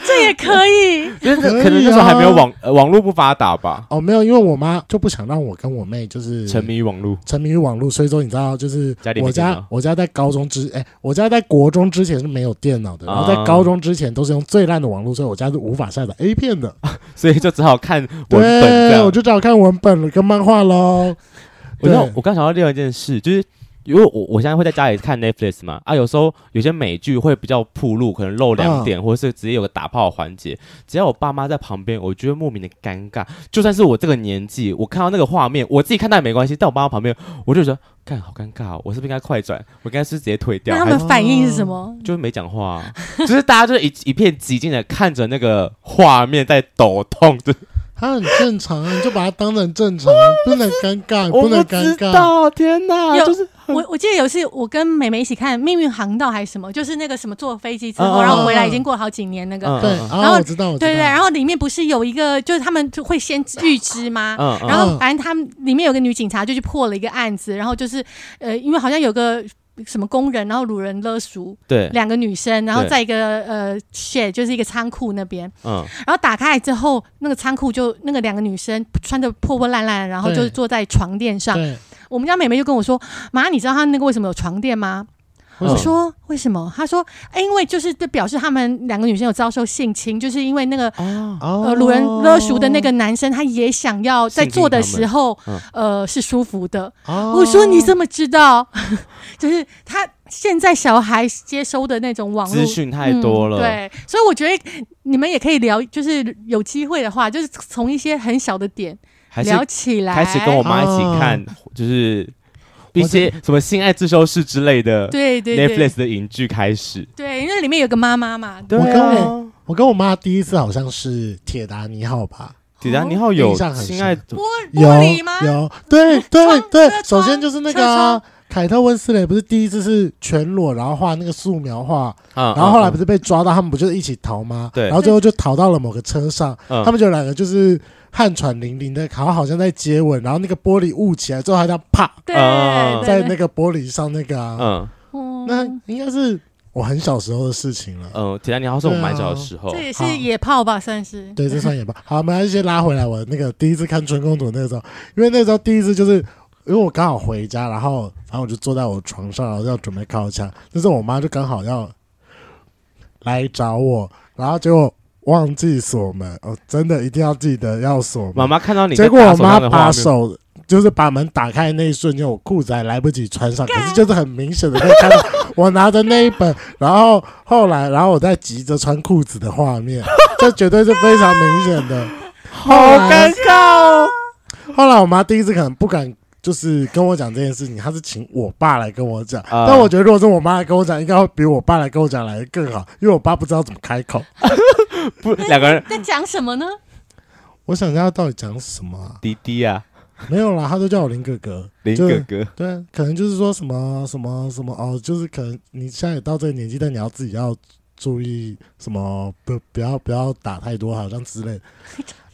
C: 这也可以。
B: 因为那
A: 可以
B: 可能那时候还没有
A: 啊
B: 网呃网络不发达吧，
A: 哦，没有，因为我妈就不想让我跟我妹就是
B: 沉迷于网络。
A: 沉迷于网络，所以说你知道，就是
B: 家里没
A: 我
B: 电
A: 家
B: 脑
A: 我家在高中之哎、我家在国中之前是没有电脑的，然后在
B: 啊
A: 高中之前都是用最烂的网络，所以我家是无法下载 A 片的。
B: 所以就只好看文本这
A: 对，
B: 样。
A: 我就只好看文本了跟漫画喽。
B: 我知道
A: 对，
B: 我刚想到另外一件事，就是因为我我现在会在家里看 Netflix 嘛，啊，有时候有些美剧会比较铺路，可能露两点，或者是直接有个打炮环节。只要我爸妈在旁边，我就会莫名的尴尬。就算是我这个年纪，我看到那个画面，我自己看到也没关系，但我爸妈旁边，我就觉得，看好尴尬、哦，我是不是应该快转？我应该是直接退掉，
C: 那他
B: 还是
C: 们反应是什么？
B: 就是没讲话、啊， 就是大家就一一片寂静的看着那个画面在抖动，就是
A: 它很正常啊，你就把它当成正常，不能尴尬，
B: 我
A: 能
B: 不
A: 尴
B: 知
A: 尬。
B: 道，天哪，
C: 有
B: 就是
A: 嗯
B: 很
C: 我我记得有一次我跟妹妹一起看《命运航道》还是什么，就是那个什么坐飞机之
A: 啊
B: 嗯嗯
C: 后，
B: 嗯
C: 然后回来已经过了好几年那个。
B: 嗯
A: 对，
B: 嗯
C: 然
A: 啊，
C: 后
A: 我知道，我知道。
C: 对对对，然后里面不是有一个，就是他们就会先预知吗？
A: 啊
B: 嗯嗯
C: 然后反正他们里面有个女警察就去破了一个案子，然后就是呃，因为好像有个什么工人，然后掳人勒赎
B: 对，
C: 两个女生，然后
B: 对
C: 在一个呃 shed 就是一个仓库那边，
B: 嗯
C: 然后打开来之后，那个仓库就那个两个女生穿的破破烂烂，然后就
A: 对
C: 坐在床垫上。
A: 对，
C: 我们家妹妹就跟我说：“妈，你知道她那个为什么有床垫吗？”
B: 为
C: 我
B: 什
C: 说：“为什么？”她说：“哎因为就是这表示她们两个女生有遭受性侵，就是因为那个
B: 啊
A: 哦
C: 呃，掳人勒赎的那个男生，他也想要在做的时候
B: 性侵，嗯
C: 呃，是舒服的。
A: 哦
C: 我说你怎么知道？就是他现在小孩接收的那种网络
B: 资讯太多了，
C: 嗯对，所以我觉得你们也可以聊，就是有机会的话，就是从一些很小的点
B: 还是
C: 聊起来，
B: 开始跟我妈一起看，
A: 哦
B: 就是一些什么《性爱自修室》之类的
C: 对对对
B: Netflix 的影剧开始。
C: 对，因为里面有个妈妈嘛，
B: 对
A: 我跟
B: 啊
A: 我，我跟我妈第一次好像是《铁达尼号》吧，
B: 铁
C: 哦
B: 达尼号有
A: 印象很深
B: 性爱，
C: 玻
A: 有
C: 玻璃吗？
A: 有，对对
C: 窗车
A: 对，
C: 窗
A: 首先就是那个啊、凯特温斯雷不是第一次是全裸，然后画那个素描画，
B: 然
A: 然后后来不是被抓到，他们不就是一起逃吗？
B: 啊对啊
A: 然后最后就逃到了某个车上，他
B: 他
A: 们就两个就是汗喘淋漓的，然后好像在接吻，然后那个玻璃雾起来之后，还这样啪
C: 对，
B: 嗯
C: 对
A: 在那个玻璃上那个啊，
B: 嗯
C: 哦
A: 那应该是我很小时候的事情了。
B: 嗯，铁达尼号
A: 啊
B: 是我们蛮小的时候
C: 这，也
A: 好
C: 是野炮吧，算是。
A: 对，这算也吧。好，我们还是先拉回来。我那个第一次看《春公主》那个时候，因为那时候第一次就是因为我刚好回家，然后反正我就坐在我床上，然后要准备靠墙。那时候我妈就刚好要来找我，然后结果忘记锁门。哦，真的一定要记得要锁门。
B: 妈妈看到你在
A: 结果
B: 打
A: 我
B: 手
A: 妈
B: 上的画
A: 把
B: 面，
A: 手就是把门打开那一瞬间，我裤子还来不及穿上，可是就是很明显的可以看到我拿着那一本，然后后来然后我在急着穿裤子的画面，这绝对是非常明显的。
B: 好尴尬哦。
A: 后来我妈第一次可能不敢。就是跟我讲这件事情，她是请我爸来跟我讲，
B: 啊
A: 但我觉得如果是我妈来跟我讲，应该会比我爸来跟我讲来得更好，因为我爸不知道怎么开口。
B: 不，两个人
C: 在讲什么呢？
A: 我想一下，到底讲什么、啊？
B: 滴滴啊，
A: 没有啦，他都叫我林哥哥，
B: 林
A: 就
B: 哥哥，
A: 对，啊可能就是说什么什么什么哦，就是可能你现在也到这个年纪，但你要自己要注意什么，不不要不要打太多，好像之类的。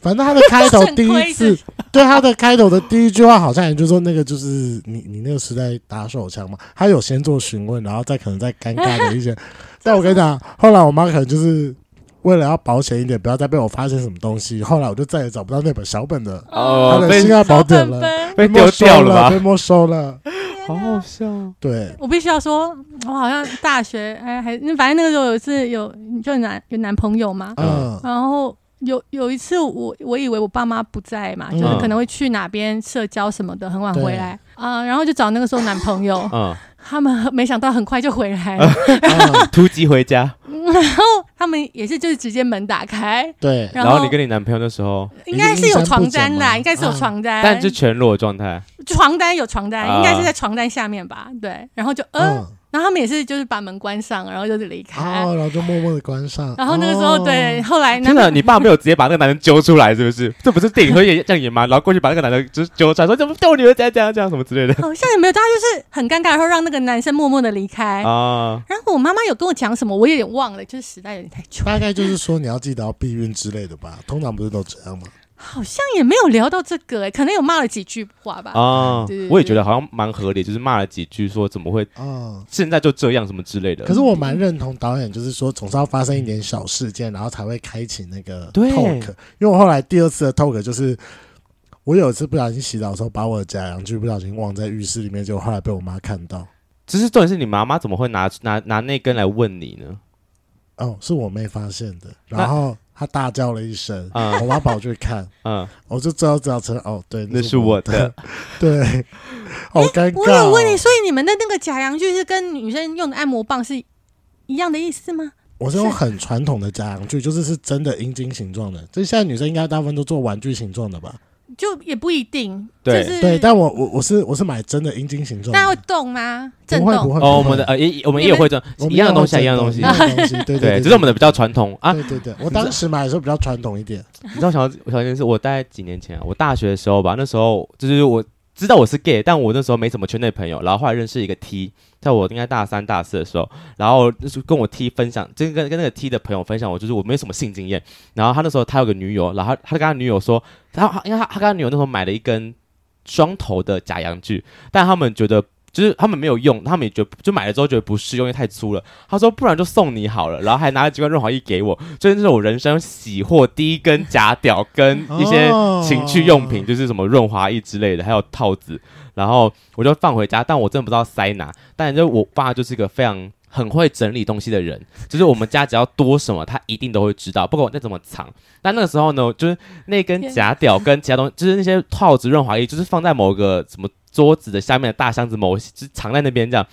A: 反正他的开头第
C: 正
A: 一
C: 规
A: 次，对他的开头的第一句话，好像也就是说那个就是你你那个时代打手枪嘛，他有先做询问，然后再可能再尴尬的一些。但我跟你讲，后来我妈可能就是为了要保险一点，不要再被我发现什么东西，后来我就再也找不到那本小本的，
B: 哦
A: 他的
B: 被
A: 性爱宝
C: 小
A: 典
C: 本
A: 了，
C: 本。
B: 被
A: 没
B: 丢
A: 收
B: 掉
A: 了，
B: 了
A: 被
B: 吧？
A: 没收了。
B: 好好笑哦，
A: 对，
C: 我必须要说，我好像大学哎，还反正那个时候有一次有就有男有男朋友嘛，
A: 嗯，
C: 然后有有一次我我以为我爸妈不在嘛，就是
B: 嗯
C: 可能会去哪边社交什么的，很晚回来啊、然后就找那个时候男朋友，
B: 嗯，
C: 他们没想到很快就回来了，
A: 嗯
B: 突击回家，
C: 然后 他们也是就是直接门打开，
A: 对，
C: 然
B: 然后你跟你男朋友那时候，
C: 应该是有床
A: 你是衣衫不
C: 单
A: 整吗
C: 啦，应该是有床单，
B: 但就全裸的状态，
C: 床单有床单，
B: 啊
C: 应该是在床单下面吧，对，然后就呃，
A: 嗯，
C: 然后他们也是就是把门关上，然后就是离开。
A: 哦，然后就默默的关上。
C: 然后那个时候，
A: 哦
C: 对，，后来
B: 真
C: 男
B: 的，你爸没有直接把那个男人揪出来，是不是？这不是电影会演这样演吗？然后过去把那个男的就是揪出来，说怎么对我女儿这样这样这样什么之类的
C: 好哦像也没有，大家就是很尴尬，然后让那个男生默默的离开。
B: 啊。
C: 然后我妈妈有跟我讲什么，我有点忘了，就是时代有点太久，
A: 大概就是说你要记得要避孕之类的吧，通常不是都这样吗？
C: 好像也没有聊到这个、欸，可能有骂了几句话
A: Oh
C: 吧。
B: 啊
C: 对对，
B: 我也觉得好像蛮合理，就是骂了几句，说怎么会
A: 嗯，
B: 现在就这样什么之类的。
A: 可是我蛮认同导演，就是说总是要发生一点小事件，然后才会开启那个
B: 对
A: talk。因为我后来第二次的 talk 就是。我有一次不小心洗澡的时候，把我的假洋具不小心忘在浴室里面，结果后来被我妈看到。
B: 只是重点是你妈妈怎么会拿拿拿那根来问你呢？
A: 哦，是我妹发现的，
B: 那
A: 然后她大叫了一声，
B: 嗯
A: 我妈跑去看，
B: 嗯，
A: 我就知道知道承认哦，对，
B: 那是我 的。哎
A: 对，好尴尬、哦
C: 我有问你，，所以你们的那个假洋具是跟女生用的按摩棒是一样的意思吗？
A: 我是用很传统的假洋具，就是是真的阴茎形状的。这现在女生应该大部分都做玩具形状的吧？
C: 就也不一定，就
B: 对
C: 是
A: 对，但我我我是我是买真的阴茎形状
C: 那会
A: 的，
C: 动吗？震
A: 不会不
C: 动？
A: 会。
B: 哦，我
A: 不会
B: 们的呃也我们
C: 你
B: 也
C: 们
B: 会这样
A: 我们
B: 一样的东西啊，
A: 要
B: 一样的东西
A: 一。样的东西，对
B: 对，
A: 对，
B: 只是我们的比较传统啊。
A: 对对对，我当时买的时候比较传统一点，
B: 你知道我想到我想到一件事，我大概几年前啊，我大学的时候吧，那时候就是我知道我是 gay，但我那时候没什么圈内朋友，然后后来认识一个 T，在我应该大三大四的时候，然后就是跟我 T 分享，就是跟跟那个 T 的朋友分享，我就是我没什么性经验，然后他那时候他有个女友，然后他他跟他女友说，他他因为他他跟他女友那时候买了一根双头的假阳具，但他们觉得。就是他们没有用，他们也觉得就买了之后觉得不适用，因为太粗了。他说不然就送你好了，然后还拿了几罐润滑液给我，所以那是我人生喜获第一根假屌跟 一些
A: 哦
B: 情趣用品，就是什么润滑液之类的，还有套子。然后我就放回家，但我真的不知道塞哪。但就我爸就是一个非常很会整理东西的人，就是我们家只要多什么，他一定都会知道，不管我再怎么藏。但那个时候呢，就是那根假屌跟其他东西，就是那些套子、润滑液，就是放在某个什么桌子的下面的大箱子某，就是藏在那边这样。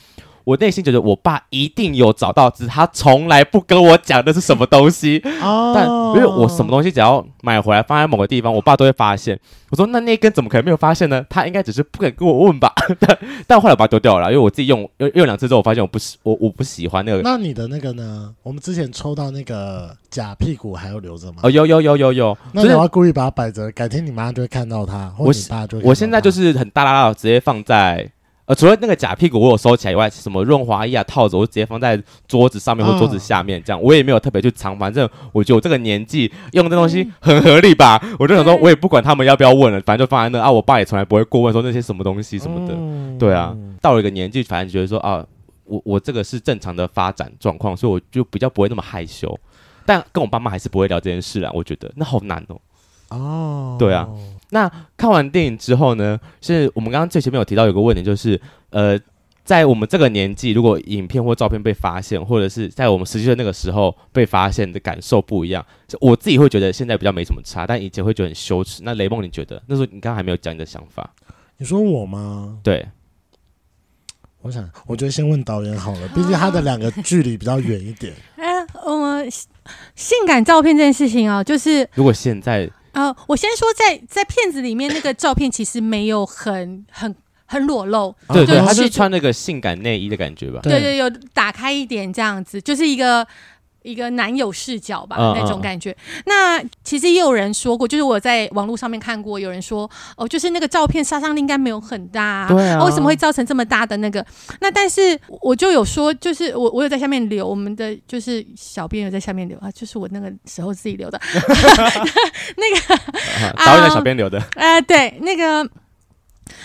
B: 我内心觉得我爸一定有找到，只是他从来不跟我讲那是什么东西。
A: 哦
B: 但因为我什么东西只要买回来放在某个地方，我爸都会发现。我说那那根怎么可能没有发现呢？他应该只是不肯跟我问吧。 但但后来我把它丢掉了啦，因为我自己用用用两次之后，我发现我不喜我我不喜欢那个。
A: 哦那你的那个呢？我们之前抽到那个假屁股还有留着吗？
B: 哦，有有有有有，
A: 那
B: 就
A: 你
B: 是
A: 要故意把它摆着，改天你妈就会看到它，或
B: 我
A: 你爸就会看到它
B: 我现在就是很大拉拉，直接放在呃，除了那个假屁股我有收起来以外，什么润滑液啊、套子，我就直接放在桌子上面或桌
A: 嗯
B: 子下面，这样、我也没有特别去藏，反正我觉得我这个年纪用这东
A: 嗯
B: 西很合理吧，我就想说
C: 对
B: 我也不管他们要不要问了，反正就放在那啊，我爸也从来不会过问说那些什么东西什么的，
C: 哦
A: 嗯
B: 对啊，到了一个年纪，反正觉得说啊，我我这个是正常的发展状况，所以我就比较不会那么害羞。但跟我爸妈还是不会聊这件事啦，我觉得那好难哦、
A: 哦，
B: 对啊，那看完电影之后呢，是我们刚刚最前面有提到有个问题，就是呃，在我们这个年纪，如果影片或照片被发现，或者是在我们十七岁那个时候被发现的感受不一样。我自己会觉得现在比较没什么差，但以前会觉得很羞耻。那雷梦，你觉得那时候你刚刚还没有讲你的想法？
A: 你说我吗？
B: 对，
A: 我想，我觉得先问导演好了，毕竟他
C: 啊
A: 的两个距离比较远一点。
C: 哎，我们性感照片这件事情啊，就是
B: 如果现在
C: 呃，我先说在在片子里面那个照片其实没有很很很裸露，
B: 对对，
A: 啊
B: 他
C: 是
B: 就
C: 就
B: 穿那个性感内衣的感觉吧。
A: 对
C: 对对，有打开一点这样子，就是一个一个男友视角吧、
B: 嗯
C: 那种感觉。那其实也有人说过，就是我在网络上面看过，有人说哦，就是那个照片杀伤力应该没有很大、啊
B: 对啊
C: 哦为什么会造成这么大的那个？那但是我就有说，就是我我有在下面留，我们的就是小编有在下面留啊，就是我那个时候自己留的，
B: 啊导演的小编留的，
C: 呃，对，那个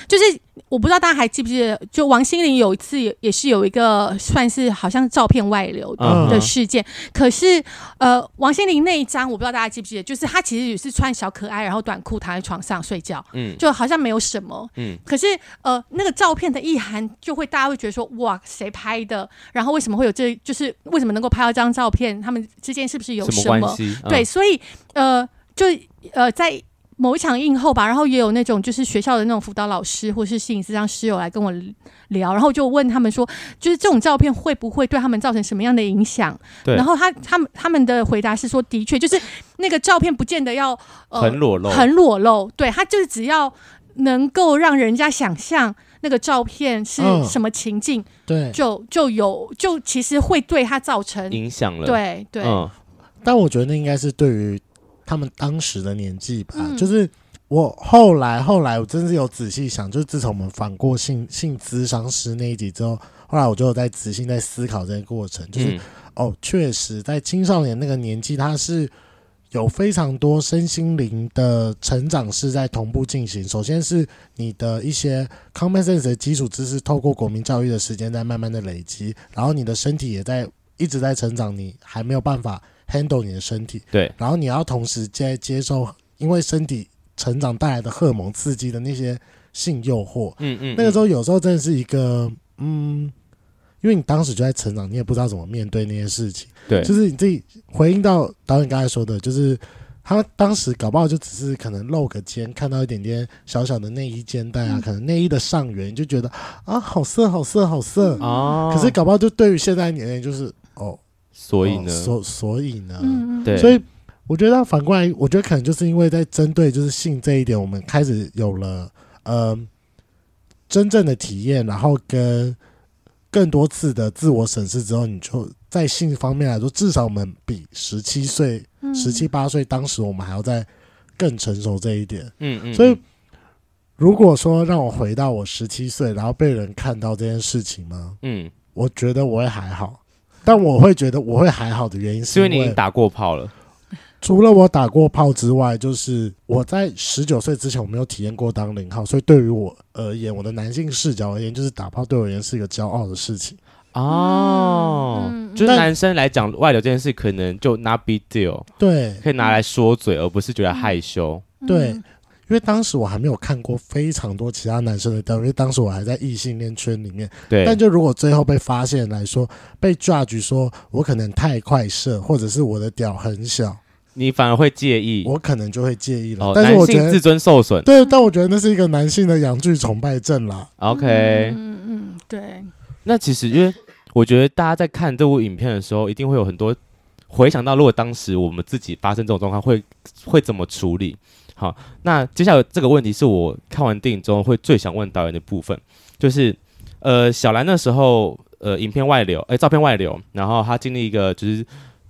C: 就是我不知道大家还记不记得，就王心凌有一次也也是有一个算是好像照片外流的
B: 嗯
C: 的事件，可是呃，王心凌那一张我不知道大家记不记得，就是她其实也是穿小可爱，然后短裤躺在床上睡觉，
B: 嗯
C: 就好像没有什么。
B: 嗯，
C: 可是呃，那个照片的意涵就会大家会觉得说，哇，谁拍的？然后为什么会有这？就是为什么能够拍到这张照片？他们之间是不是有
B: 什么
C: 什
B: 关
C: 么？
B: 系？嗯
C: 对，，所以呃，就呃，在某一场映后吧，然后也有那种就是学校的那种辅导老师或是心理咨商师友来跟我聊，然后就问他们说，就是这种照片会不会对他们造成什么样的影响？
B: 对
C: 然后他他们他们的回答是说，的确就是那个照片不见得要呃
B: 很裸露，
C: 很裸露，对他就是只要能够让人家想象。那个照片是
A: 嗯
C: 什么情境，
A: 对，
C: 就就有就其实会对他造成
B: 影响了。
C: 对对、
B: 嗯，
A: 但我觉得那应该是对于他们当时的年纪吧，
C: 嗯
A: 就是。我后来后来，我真是有仔细想，就是自从我们反过性性咨商师那一集之后，后来我就有在仔细在思考这个过程，就是
B: 嗯
A: 哦，确实，在青少年那个年纪，他是有非常多身心灵的成长是在同步进行。首先是你的一些 common sense 的基础知识，透过国民教育的时间在慢慢的累积，然后你的身体也在一直在成长，你还没有办法 handle 你的身体，
B: 对，
A: 然后你要同时接接受因为身体成长带来的荷尔蒙刺激的那些性诱惑，
B: 嗯嗯，
A: 那个时
B: 候
A: 候有时候真的是一个，嗯，因为你当时就在成长，你也不知道怎么面对那些事情。
B: 对
A: 就是你自己回应到导演刚才说的，就是他当时搞不好就只是可能露个肩，看到一点点小小的内衣肩带啊，
C: 嗯
A: 可能内衣的上缘，你就觉得啊，好色，好色，好色。
B: 哦，
A: 可是搞不好就对于现在年龄就是哦，
B: 所以
A: 哦，
B: 呢
A: 所所以呢，
C: 嗯嗯
B: 对，
A: 所以我觉得反过来，我觉得可能就是因为在针对就是性这一点，我们开始有了呃真正的体验，然后跟更多次的自我审视之后，你就在性方面来说，至少我们比十七岁、
C: 嗯
A: 十七八岁当时我们还要再更成熟这一点。
B: 嗯嗯，
A: 所以如果说让我回到我十七岁，然后被人看到这件事情吗？
B: 嗯，
A: 我觉得我会还好。但我会觉得我会还好的原因
B: 是
A: 是
B: 因
A: 因
B: 为
A: 为
B: 你已经打过炮了，
A: 除了我打过炮之外，就是我在十九岁之前我没有体验过当零号，所以对于我而言，我的男性视角而言，就是打炮对我而言是一个骄傲的事情。
B: 哦，
C: 嗯
B: 啊就是
A: 但
B: 男生来讲外流这件事，可能就 not big deal，
A: 对，
B: 可以拿来说嘴，而不是觉得害羞。
A: 对因为当时我还没有看过非常多其他男生的屌，因为当时我还在异性恋圈里面。
B: 对，
A: 但就如果最后被发现来说，被 judge 说我可能太快射，或者是我的屌很小，
B: 你反而会介意
A: 我可能就会介意了。
B: 嗯哦，
A: 但是
B: 男
A: 我觉
B: 性自
A: 得，
B: 尊受损。
A: 对，但我觉得那是一个男性的阳具崇拜症啦。
B: OK，
C: 嗯嗯嗯，对，
B: 那其实因为我觉得大家在看这部影片的时候，一定会有很多回想到，如果当时我们自己发生这种状况，会会怎么处理？好，那接下来这个问题是我看完电影之后会最想问导演的部分，就是呃，小兰那时候呃，影片外流，哎、照片外流，然后她经历一个就是。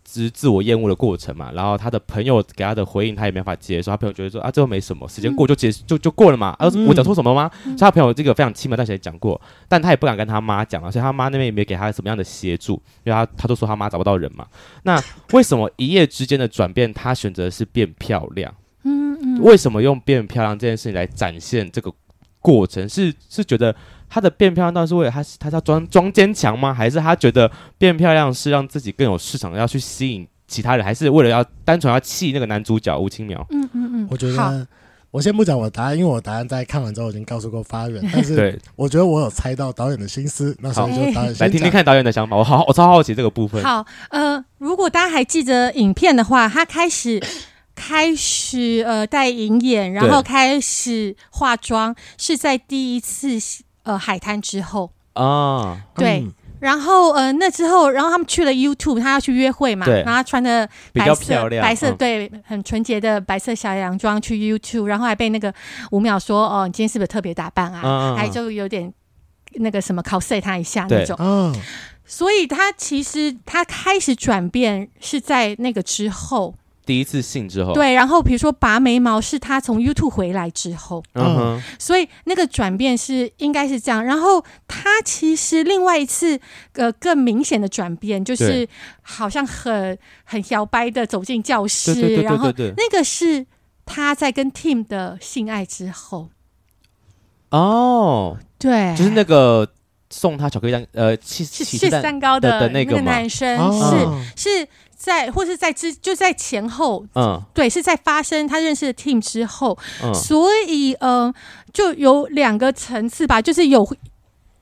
B: 就是自我厌恶的过程嘛，然后她的朋友给她的回应，她也没法接受。她朋友觉得说啊，这又没什么，时间过就结、就就过了嘛。啊，
A: 嗯
B: 我讲错什么吗？所以她朋友这个非常轻描淡写地讲过，但她也不敢跟她妈讲啊，所以她妈那边也没给她什么样的协助，因为她她都说她妈找不到人嘛。那为什么一夜之间的转变，她选择是变漂亮？
C: 嗯嗯，
B: 为什么用变漂亮这件事情来展现这个过程？是是觉得她的变漂亮，到底是为了她是她是要装装坚强吗？还是她觉得变漂亮是让自己更有市场，要去吸引其他人，还是为了要单纯要气那个男主角吴清苗？
C: 嗯嗯嗯，
A: 我觉
C: 好，
A: 得我先不讲我的答案，因为我答案在看完之后已经告诉过发 源，但是
B: 对，
A: 我觉得我有猜到导演的心思，那所以就导演
B: 来
A: 先
B: 听
A: 讲
B: 听。看导演的想法。我好，我超好奇这个部分。
C: 好，呃，如果大家还记得影片的话，他开始开始呃戴银眼，然后开始化妆，是在第一次呃海滩之后。
B: 啊，
C: 对
A: 嗯
C: 然后呃，那之后，然后他们去了 YouTube，他要去约会嘛，
B: 对
C: 然后他穿的
B: 比
C: 白
B: 较
C: 色
B: 漂亮，
C: 白色、啊
B: 嗯
C: 对，很纯洁的白色小洋装去 YouTube，然后还被那个五秒说哦，你今天是不是特别打扮啊？
B: 嗯嗯嗯
C: 还就有点那个什么 cos 他一下
B: 对
C: 那种。
A: 啊，
C: 所以他其实他开始转变是在那个之后，
B: 第一次性之后，，
C: 对。然后比如说拔眉毛是他从 YouTube 回来之后，
B: 嗯哼，
C: 所以那个转变是应该是这样。然后他其实另外一次呃更明显的转变就是
B: 对
C: 好像很很摇摆的走进教室，
B: 对对对
C: 然
B: 对
C: 后
B: 对对，
C: 那个是他在跟 Tim 的性爱之后，
B: 哦，
C: 对，
B: 就是那个送他巧克力蛋，呃，起
C: 是
B: 起
C: 是
B: 司蛋，
C: 蛋糕
B: 的的那
C: 那
B: 个嘛
C: 男生
A: 哦
C: 嗯是是在或是在之就在前后
B: 嗯
C: 对，是在发生他认识的 Tim 之后，
B: 嗯，
C: 所以呃，就有两个层次吧，就是有，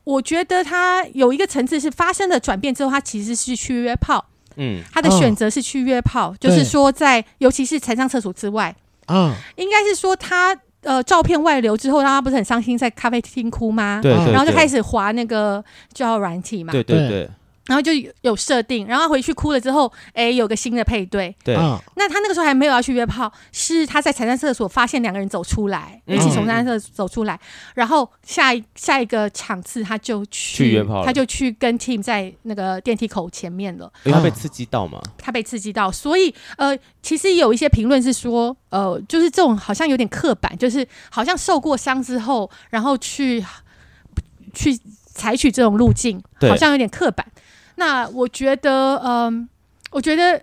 C: 我觉得他有一个层次是发生了转变之后，他其实是去约炮，
B: 嗯，
C: 他的选择是去约炮，就是
A: 对
C: 说在尤其是才上厕所之外，
A: 啊，
C: 应该是说他呃照片外流之后，让他不是很伤心，在咖啡厅哭吗？
B: 对，
A: 嗯
B: 对
C: 然后就
B: 对
C: 开始滑那个交友软体嘛，
B: 对对对
C: 然后就有有设定，然后回去哭了之后，哎，有个新的配对，
B: 对，
A: 啊，
C: 那他那个时候还没有要去约炮，是他在彩蛋厕所发现两个人走出来，
B: 嗯
C: 一起从彩蛋厕所走出来，然后下一下一个场次他就去
B: 去约炮了
C: 他就去跟 Team 在那个电梯口前面了，
B: 因为他被刺激到嘛，
C: 他被刺激到，所以呃，其实有一些评论是说，呃，就是这种好像有点刻板，就是好像受过伤之后，然后去去采取这种路径，
B: 对
C: 好像有点刻板。那我觉得，嗯、我觉得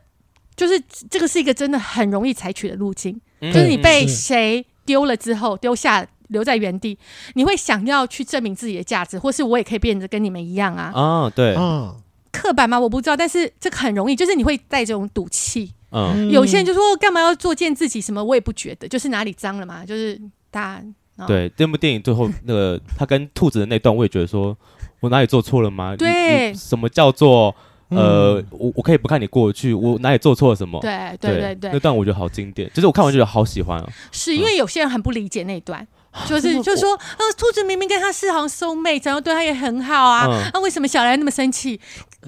C: 就是这个是一个真的很容易采取的路径，
B: 就
C: 就是你被
A: 是
C: 谁丢了之后丢下。留在原地，你会想要去证明自己的价值，或是我也可以变得跟你们一样啊？
B: 啊，对，
A: 啊，
C: 刻板吗？我不知道，但是这个很容易，就是你会带这种赌气，
B: 嗯，
C: 有些人就说干嘛要作践自己什么，我也不觉得，就是哪里脏了嘛，就是大家
B: 对，这部电影最后那个他跟兔子的那段，我也觉得说，我哪里做错了吗？你
C: 对
B: 你什么叫做
A: 嗯
B: 呃，我我可以不看你过去，我哪里做错了什么？
C: 对对对
B: 那
C: 对，
B: 段我觉得好经典，就是我看完觉得好喜欢哦，
C: 是因为有些人很不理解那一段，就
B: 真
C: 是
B: 的
C: 就说呃，兔子明明跟他是好像 soul mate，然后对他也很好啊，
B: 嗯
C: 那、为什么小兰那么生气？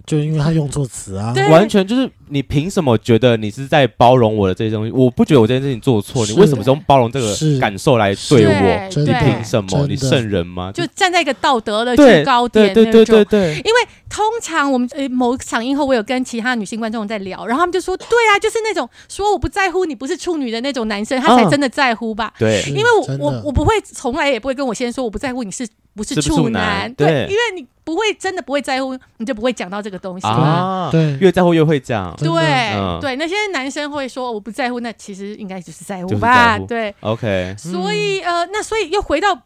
A: 就因为他用错词啊，
C: 对
B: 完全就是你凭什么觉得你是在包容我的这些东西？我不觉得我这件事情做错，你
A: 是
B: 为什么是用包容这个
A: 是
B: 感受来对
A: 对
B: 我？
A: 真
B: 你
A: 的
B: 凭
C: 对，
B: 什么？
A: 真
B: 你
A: 的
B: 圣人吗？
C: 就站在一个道德的
B: 对
C: 制高
B: 对
C: 点
B: 对
C: 那
B: 对对
C: 种。
B: 对，
C: 因为通常我们呃某场映后，我有跟其他女性观众在聊，然后他们就说，对啊，就是那种说我不在乎你不是处女的那种男生，他才
B: 嗯
C: 真的在乎吧。
B: 对
A: 是
C: 因为我
A: 真的
C: 我我不会，从来也不会跟我先生说我不在乎你是不是
B: 是不是处
C: 处
B: 男
C: 对，
B: 对
C: 因为你不会真的不会在乎，你就不会讲到这个东西。
B: 啊，
A: 对
B: 越在乎越会讲。
A: 真
C: 对、
A: 的
B: 嗯
C: 对，那些男生会说我不在乎，那其实应该就是在
B: 就
C: 乎
B: 是
C: 吧？
B: 在乎嗯
C: 对，
B: OK，
C: 所以、呃，那所以又回到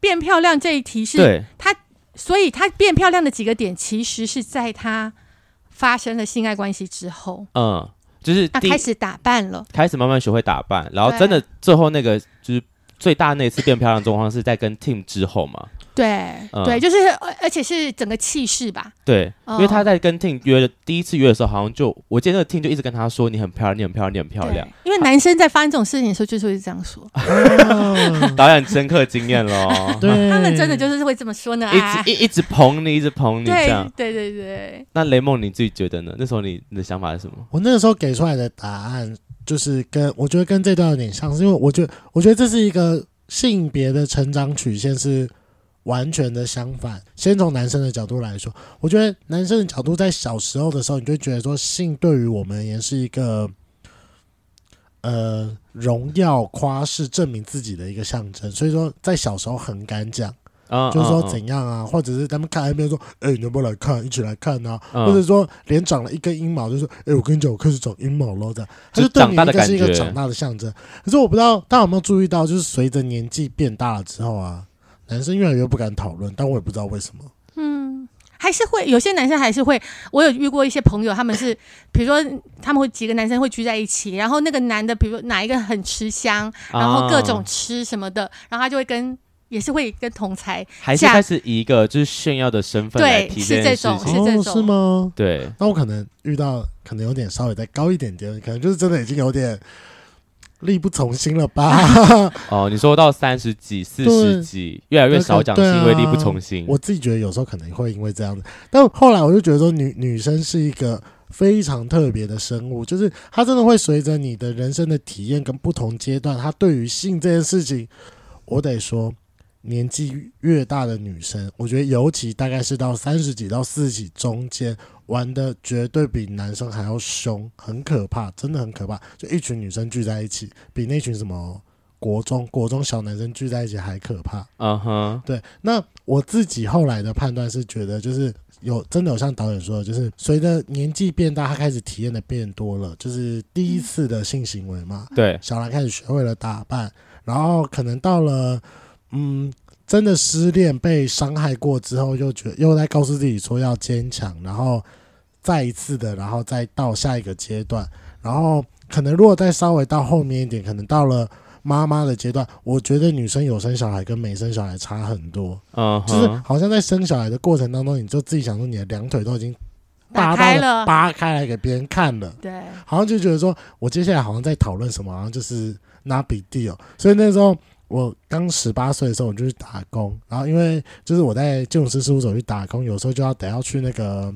C: 变漂亮这一题是，
B: 对，
C: 所以她变漂亮的几个点，其实是在她发生了性爱关系之后，
B: 嗯，就是
C: 她
B: 第一
C: 开始打扮了。
B: 开始慢慢学会打扮，然后
C: 对
B: 真的最后那个就是最大那次变漂亮的状况是在跟 Tim 之后嘛？
C: 对、
B: 嗯
C: 对，就是而而且是整个气势吧，
B: 对，因为
C: 哦
B: 他在跟 Tim 约的第一次约的时候，好像就我记得那个 Tim 就一直跟他说你很漂亮，你很漂亮，你很漂亮嗯
C: 对。，因为男生在发生这种事情的时候，就是会这样说，
A: 哦
B: 导演深刻经验喽，
A: 对，
C: 他们真的就是会这么说呢。
B: 一
C: 哎
B: 直一一直捧你，一直捧你这
C: 对
B: 样。
C: 对对对，
B: 那雷梦你自己觉得呢？那时候你你的想法是什么？
A: 我那个时候给出来的答案就是跟我觉得跟这段有点像，是因为我觉得我觉得这是一个性别的成长曲线是完全的相反。先从男生的角度来说，我觉得男生的角度在小时候的时候，你就觉得说性对于我们而言是一个呃荣耀、夸饰、证明自己的一个象征，所以说在小时候很敢讲，
B: 啊
A: 哦就是说怎样啊，或者是他们看 A 片说，哎、你要不要来看？一起来看啊，
B: 嗯
A: 或者说连长了一根阴毛，就说：“哎、我跟你讲，我开始长阴毛了。”的，他就
B: 就
A: 对
B: 长
A: 你
B: 大的
A: 一个是一个
B: 感觉
A: 长大的象征。可是我不知道大家有没有注意到，就是随着年纪变大了之后啊，男生越来越不敢讨论，但我也不知道为什么。
C: 嗯。还是会有些男生还是会，我有遇过一些朋友，他们是，比如说他们会几个男生会聚在一起，然后那个男的，比如说哪一个很吃香，然后各种
B: 啊
C: 吃什么的，然后他就会跟也是会跟同才，
B: 还是开始以一个就是炫耀的身份来
C: 对
B: 提
C: 是
B: 这件
C: 这
B: 事
C: 种
B: 情
C: 是这
A: 哦，是吗？
B: 对，
A: 那我可能遇到，可能有点稍微再高一点点，可能就是真的已经有点力不从心了吧。
B: 哦，你说到三十几、四十几，越来越少讲，是
A: 对啊
B: 因为力不从心。
A: 我自己觉得有时候可能会因为这样子，但后来我就觉得说女女生是一个非常特别的生物，就是她真的会随着你的人生的体验跟不同阶段，她对于性这件事情，我得说。年纪越大的女生，我觉得尤其大概是到三十几到四十几中间，玩的绝对比男生还要凶，很可怕，真的很可怕。就一群女生聚在一起，比那群什么国中国中小男生聚在一起还可怕。
B: 嗯哼，
A: 对，那我自己后来的判断是觉得，就是有真的有像导演说的，就是随着年纪变大，他开始体验的变多了，就是第一次的性行为嘛，
B: 对，
A: 小兰开始学会了打扮，然后可能到了嗯，真的失恋被伤害过之后，又觉又在告诉自己说要坚强，然后再一次的，然后再到下一个阶段，然后可能如果再稍微到后面一点，可能到了。妈妈的阶段，我觉得女生有生小孩跟没生小孩差很多，
B: 嗯
A: 就是
B: 哼，
A: 好像在生小孩的过程当中，你就自己想说你的两腿都已经大
C: 打开
A: 到
C: 了
A: 扒开来给别人看了，
C: 对，
A: 好像就觉得说，我接下来好像在讨论什么，好像就是 not big deal。所以哦那时候我刚十八岁的时候，我就去打工，然后因为就是我在建筑师事务所去打工，有时候就要得要去那个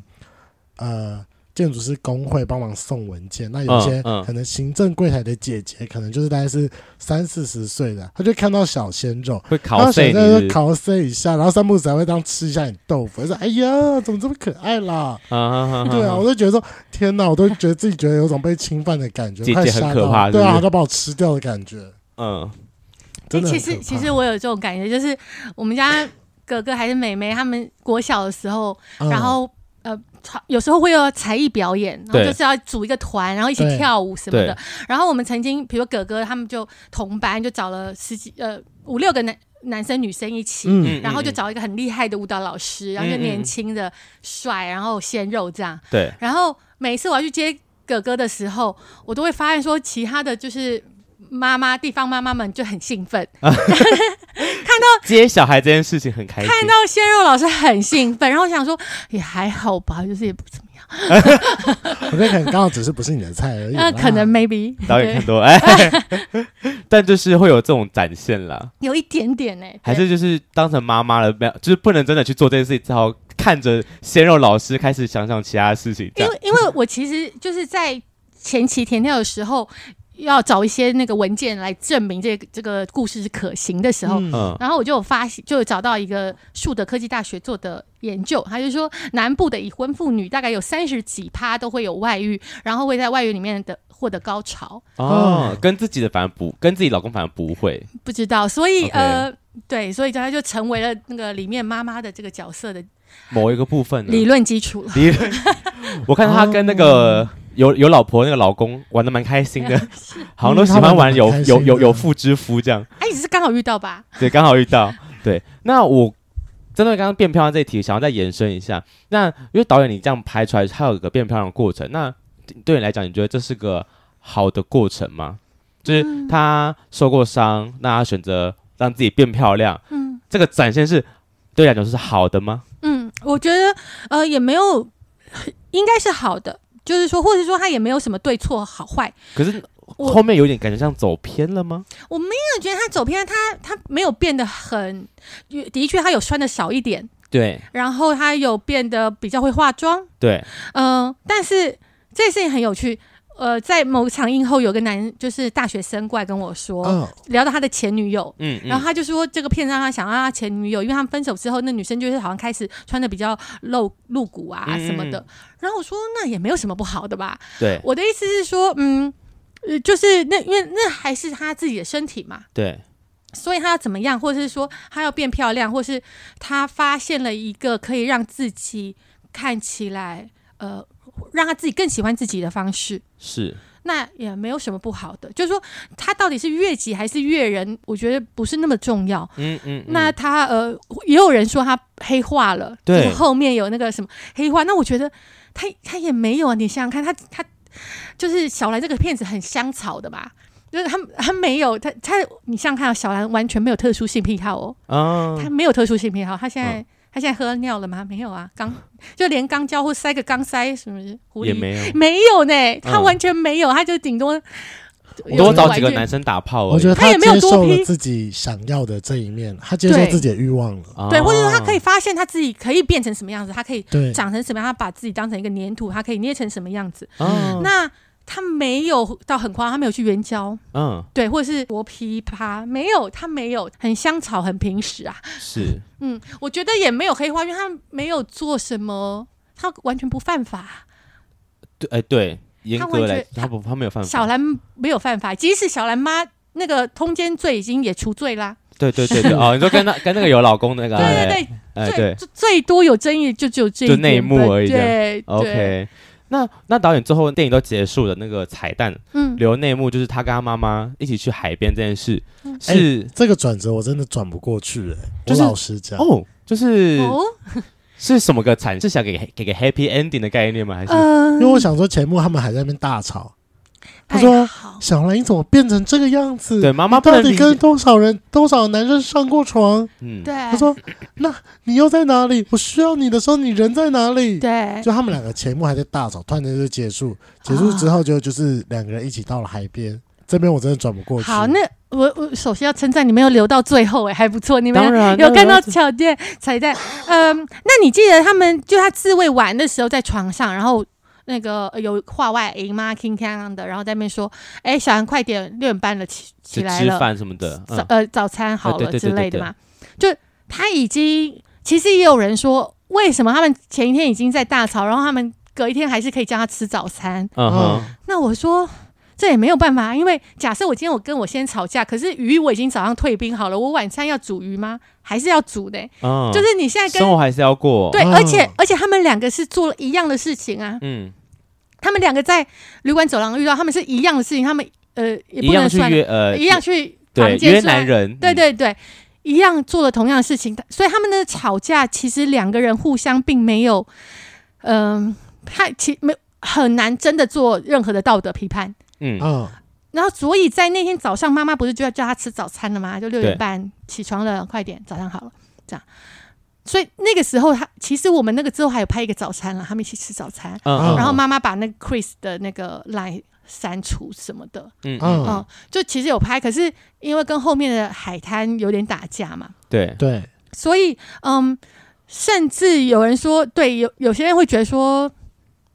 A: 呃建筑师工会帮忙送文件。那有些
B: 嗯嗯
A: 可能行政柜台的姐姐，可能就是大概是三四十岁的，她就看到小鲜肉。
B: 会
A: 然后
B: 考
A: 小
B: 碎
A: 鲜肉
B: 你是
A: 就
B: 不是，
A: 考塞一下，然后三步子还会当吃一下你豆腐，就说：“哎呀，怎么这么可爱啦？”
B: 嗯 哼
A: 对 啊，我，就觉得说，天哪，我都觉得自己觉得有种被侵犯的感觉，
B: 姐姐
A: 快吓
B: 很
A: 到
B: 可怕
A: 了对
B: 是不
A: 啊，
B: 是
A: 好像把我吃掉的感觉，
B: 嗯
A: 真
C: 哎，
A: 的很
C: 其
A: 可怕。
C: 实其实我有这种感觉，就是我们家哥哥还是妹妹，他们国小的时候，
A: 嗯
C: 然后呃，常有时候会有才艺表演，然后
B: 对
C: 就是要组一个团，然后一起
A: 对
C: 跳舞什么的
B: 对。
C: 然后我们曾经，比如哥哥他们就同班，就找了十几呃五六个男男生女生一起。
A: 嗯，
B: 嗯，
C: 然后就找一个很厉害的舞蹈老师，然后就
B: 嗯嗯
C: 年
B: 嗯
C: 轻的、帅，然后鲜肉这样。
B: 对，
C: 然后每次我要去接哥哥的时候，我都会发现说，其他的就是妈妈、地方妈妈们就很兴奋，
B: 哎接小孩这件事情很开心，
C: 看到鲜肉老师很兴奋，然后我想说也还好吧，就是也不怎么样，
A: 我觉得可能刚好只是不是你的菜而已啦。
B: 哎
C: 那、可能 maybe
B: 导演看多，哎， 但就是会有这种展现啦，
C: 有一点点欸呢、
B: 还是就是当成妈妈了，没有，就是不能真的去做这件事情，只好看着鲜肉老师开始想想其他事情，这
C: 因
B: 样
C: 为因为我其实就是在前期填料的时候。要找一些那个文件来证明这个这个故事是可行的时候，
A: 嗯，
B: 嗯
C: 然后我就有发现，就有找到一个树德科技大学做的研究，他就说南部的已婚妇女大概有三十几趴都会有外遇，然后会在外遇里面的获得高潮，
B: 哦，跟自己的反而不，跟自己老公反而不会，
C: 不知道，所以
B: OK
C: 呃，对，所以他就成为了那个里面妈妈的这个角
B: 嗯
C: 色的
B: 某一个部 分呢
C: 理论基础了。
B: 理论，我看他跟那个有有老婆那个老公玩的蛮开心的，好像都喜欢玩有
A: 嗯他玩得蛮开心
B: 有
A: 的
B: 有有妇之夫这样，
C: 哎，你是刚好遇到吧？
B: 对，刚好遇到。对，那我针对刚刚变漂亮这一题，想要再延伸一下。那因为导演你这样拍出来，它有一个变漂亮的过程，那对你来讲，你觉得这是个好的过程吗？
C: 嗯
B: 就是她受过伤，那她选择让自己变漂亮，
C: 嗯
B: 这个展现是对你来讲是好的吗？
C: 嗯，我觉得呃也没有， 应该是好的，就是说，或者说他也没有什么对错好坏，
B: 可是
C: 我
B: 后面有点感觉像走偏了吗？
C: 我没有觉得他走偏，他他没有变得很，的确他有穿的少一点，
B: 对
C: 然后他有变得比较会化妆，
B: 对，
C: 嗯、但是这件事情很有趣。呃，在某场映后，有个男就是大学生过来跟我说，
A: 嗯，
C: 聊到他的前女友，
B: 嗯，
C: 然后他就说这个片让他想到他前女友，因为他们分手之后，那女生就是好像开始穿的比较露露骨啊
B: 嗯
C: 什么的。
B: 嗯
C: 然后我说那也没有什么不好的吧。
B: 对
C: 我的意思是说，嗯，呃，就是那因为那还是他自己的身体嘛，
B: 对
C: 所以他要怎么样，或者是说他要变漂亮，或是他发现了一个可以让自己看起来呃让他自己更喜欢自己的方式。
B: 是，
C: 那也没有什么不好的，就是说他到底是越级还是越人，我觉得不是那么重要。
B: 嗯嗯，
C: 那他呃，也有人说他黑化了，
B: 对
C: 就是后面有那个什么黑化。那我觉得他他也没有啊，你想想看，他他就是小兰这个骗子很香草的嘛，就是他他没有他他，你想想看、啊，小兰完全没有特殊性癖好哦，
B: 啊，
C: 他没有特殊性癖好，他
B: 嗯
C: 现在、他现在喝尿了吗？没有啊，肛就连肛交或塞个肛塞什么狐
B: 也
C: 狸
B: 没有，
C: 没有呢，他
B: 嗯
C: 完全没有，他就顶多
B: 多找
C: 有
B: 几
C: 一
B: 个
C: 玩具
B: 男生打炮而已，
A: 我觉得
C: 他也没有
A: 接
C: 多
A: 受了
C: 批
A: 自己想要的这一面，他接受
C: 对
A: 自己的欲望了。
B: 啊
C: 对，或者说他可以发现他自己可以变成什么样子，他可以
A: 对，
C: 长成什么样，他把自己当成一个粘土，他可以捏成什么样子。
B: 啊，
C: 那他没有到很夸张，他没有去援交，
B: 嗯
C: 对，或者是磨皮啪，没有，他没有，很香草，很平实啊。
B: 是，
C: 嗯，我觉得也没有黑化，因为他没有做什么，他完全不犯法。
B: 对，哎对，严
C: 他
B: 格
C: 完
B: 来
C: 全
B: 他不他没有犯
C: 小
B: 法，
C: 兰没有犯法，即使小兰妈那个通奸罪已经也除罪啦。
B: 对对对对，哦，你说跟那跟那个有老公那个，
C: 对对对，
B: 哎，哎
C: 最
B: 对
C: 最最多有争议就只有这一
B: 就那一
C: 点
B: 幕
C: 吧
B: 而已这样
C: 对对，
B: ，OK。那那导演最后电影都结束了，那个彩蛋
C: 嗯，
B: 留内幕就是他跟他妈妈一起去海边这件事，
C: 嗯
B: 是
A: 这个转折我真的转不过去、欸，
B: 就
A: 我
B: 是
A: 老实讲，
B: 哦，就是
C: 哦，
B: 是什么个惨？是想给给个 happy ending 的概念吗？还是
C: 嗯，
A: 因为我想说前幕他们还在那边大吵，他
C: 哎
A: 说
C: 好
A: 小兰你怎么变成这个样子？
B: 对妈妈不
A: 到
B: 能
A: 底
B: 理
A: 跟
B: 解，
A: 多少人、多少男生上过床？
B: 嗯，
C: 对，
A: 他说：“那你又在哪里？我需要你的时候，你人在哪里？”
C: 对，啊
A: 就他们两个前幕还在大吵，突然间就结束。结束之后就就是两个人一起到了海边，这边我真的转不过去。
C: 好，那我我首先要称赞你们有留到最后，哎，还不错，你们
B: 当然啊
C: 有看
B: 当
C: 到
B: 然
C: 巧电彩蛋，嗯，那你记得他们就他自慰完的时候在床上，然后。那个呃有话外音吗？King Kang 的，然后在那边说：“哎，小安，快点，六点半了，起
B: 就
C: 起来
B: 吃
C: 了。”
B: 饭什么的，
C: 早
B: 嗯，
C: 呃早餐好
B: 对
C: 了
B: 对
C: 之
B: 对对
C: 类的
B: 对
C: 嘛。就他已经，其实也有人说，为什么他们前一天已经在大吵，然后他们隔一天还是可以叫他吃早餐？
B: 嗯哼，
C: 那我说。这也没有办法，因为假设我今天我跟我先吵架，可是鱼我已经早上退冰好了，我晚餐要煮鱼吗？还是要煮的、
B: 嗯，
C: 就是你现在
B: 生
C: 跟
B: 活还是要过，
C: 对，
A: 嗯
C: 而且而且他们两个是做了一样的事情啊，
B: 嗯，
C: 他们两个在旅馆走廊遇到，他们是一样的事情，他们呃也
B: 一
C: 不能
B: 样去
C: 算
B: 约呃，
C: 一样去
B: 对
C: 房
B: 约
C: 间睡啊
B: 男人，
C: 对
B: 嗯，
C: 对对，一样做了同样的事情，所以他们的吵架其实两个人互相并没有，嗯、他其没很难真的做任何的道德批判。
B: 嗯，
A: 嗯，
C: 然后，所以在那天早上，妈妈不是就要叫他吃早餐了吗？就六
B: 对
C: 点半起床了，快点，早上好了，这样。所以那个时候他，其实我们那个之后还有拍一个早餐了，他们一起吃早餐。
B: 嗯嗯，
C: 然后
B: 嗯
C: 妈妈把那个 Chris 的那个 line 删除什么的，
B: 嗯
A: 嗯
B: 嗯，
C: 嗯，就其实有拍，可是因为跟后面的海滩有点打架嘛，
B: 对，
A: 对，
C: 所以，嗯，甚至有人说，对，有有些人会觉得说，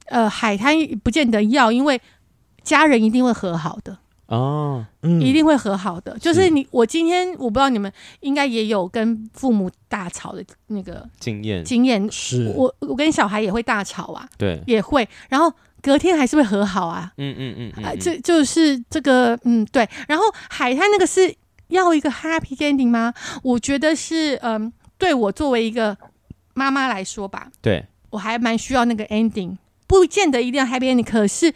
C: 呃，海滩不见得要，因为家人一定会和好的，
B: 哦，
A: 嗯，
C: 一定会和好的。就是是你，我今天我不知道你们应该也有跟父母大吵的那个
B: 经验，
C: 经验，
A: 是
C: 我我跟小孩也会大吵啊，
B: 对，
C: 也会，然后隔天还是会和好啊。
B: 嗯嗯嗯
C: 啊、
B: 嗯，
C: 这就是这个，嗯，对。然后海滩那个是要一个 happy ending 吗？我觉得是，嗯，对我作为一个妈妈来说吧，
B: 对，
C: 我还蛮需要那个 ending，不见得一定要 happy ending，可是，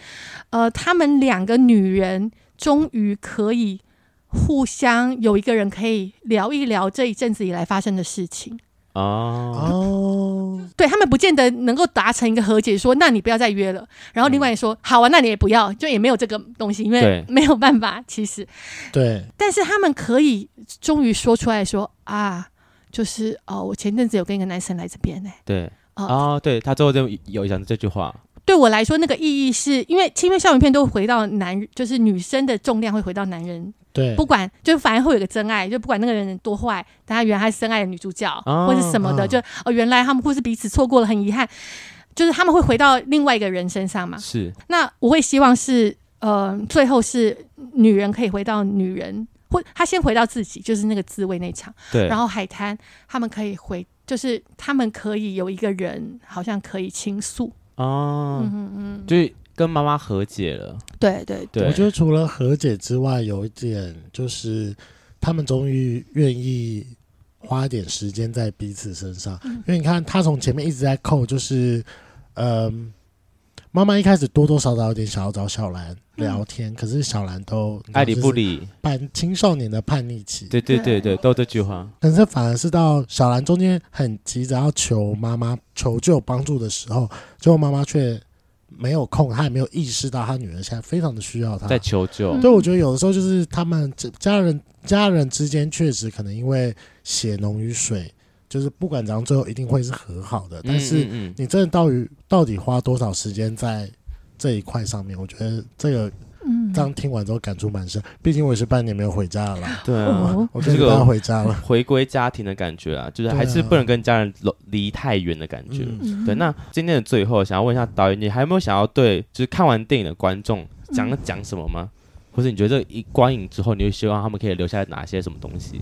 C: 呃，她们两个女人终于可以互相有一个人可以聊一聊这一阵子以来发生的事情，
B: 啊，
A: 哦，
C: 对他们不见得能够达成一个和解，说那你不要再约了。然后另外也说、好啊，那你也不要，就也没有这个东西，因为
B: 对
C: 没有办法。其实，
A: 对，
C: 但是他们可以终于说出来说啊，就是哦，我前阵子有跟一个男生来这边呢、
B: 对
C: 哦、
B: 啊，对他最后就有讲这句话，
C: 对我来说，那个意义是因为轻微校园片都回到男，就是女生的重量会回到男人，
A: 对，
C: 不管就反正会有一个真爱，就不管那个人多坏，但他原来他是深爱的女主角、
B: 哦
C: 或是什么的，
A: 哦
C: 就哦原来他们或是彼此错过了，很遗憾，就是他们会回到另外一个人身上嘛。
B: 是
C: 那我会希望是呃，最后是女人可以回到女人，或她先回到自己，就是那个自慰那场，
B: 对，
C: 然
B: 后
C: 后海滩他们可以回，就是他们可以有一个人好像可以倾诉，
B: 啊
C: 嗯，嗯嗯，
B: 就是跟妈妈和解了，
C: 对对
B: 对，
A: 我觉得除了和解之外，有一点就是他们终于愿意花一点时间在彼此身上，
C: 嗯
A: 因为你看他从前面一直在扣，就是嗯。妈妈一开始多多少少有点想要找小兰聊天，可是小兰都
B: 爱理
A: 你知道
B: 不，理，
A: 就是叛青少年的叛逆期，
B: 对对对
C: 对
B: 对，都这句话，
A: 可是反而是到小兰中间很急着要求妈妈求救帮助的时候，最后妈妈却没有空，她也没有意识到她女儿现在非常的需要她。
B: 在求救
C: 嗯，
A: 对，我觉得有的时候就是他们这家人家人之间确实可能因为血浓于水，就是不管怎样，最后一定会是和好的。但
B: 嗯
A: 是
B: 嗯嗯
A: 你真的到于到底花多少时间在这一块上面，我觉得这个
C: 嗯
A: 刚听完之后感触蛮深。毕竟我也是半年没有回家了啦，
B: 对啊。
C: 哦
A: 我跟
B: 这
A: 大
B: 个
A: 家回家 了。
B: 回归家庭的感觉啊，就是
A: 对啊
B: 还是不能跟家人离离太远的感觉。
A: 嗯
C: 嗯
B: 对，那今天的最后，想要问一下导演，你还有没有想要对就是看完电影的观众讲讲什么吗？或者你觉得这一观影之后，你会希望他们可以留下哪些什么东西？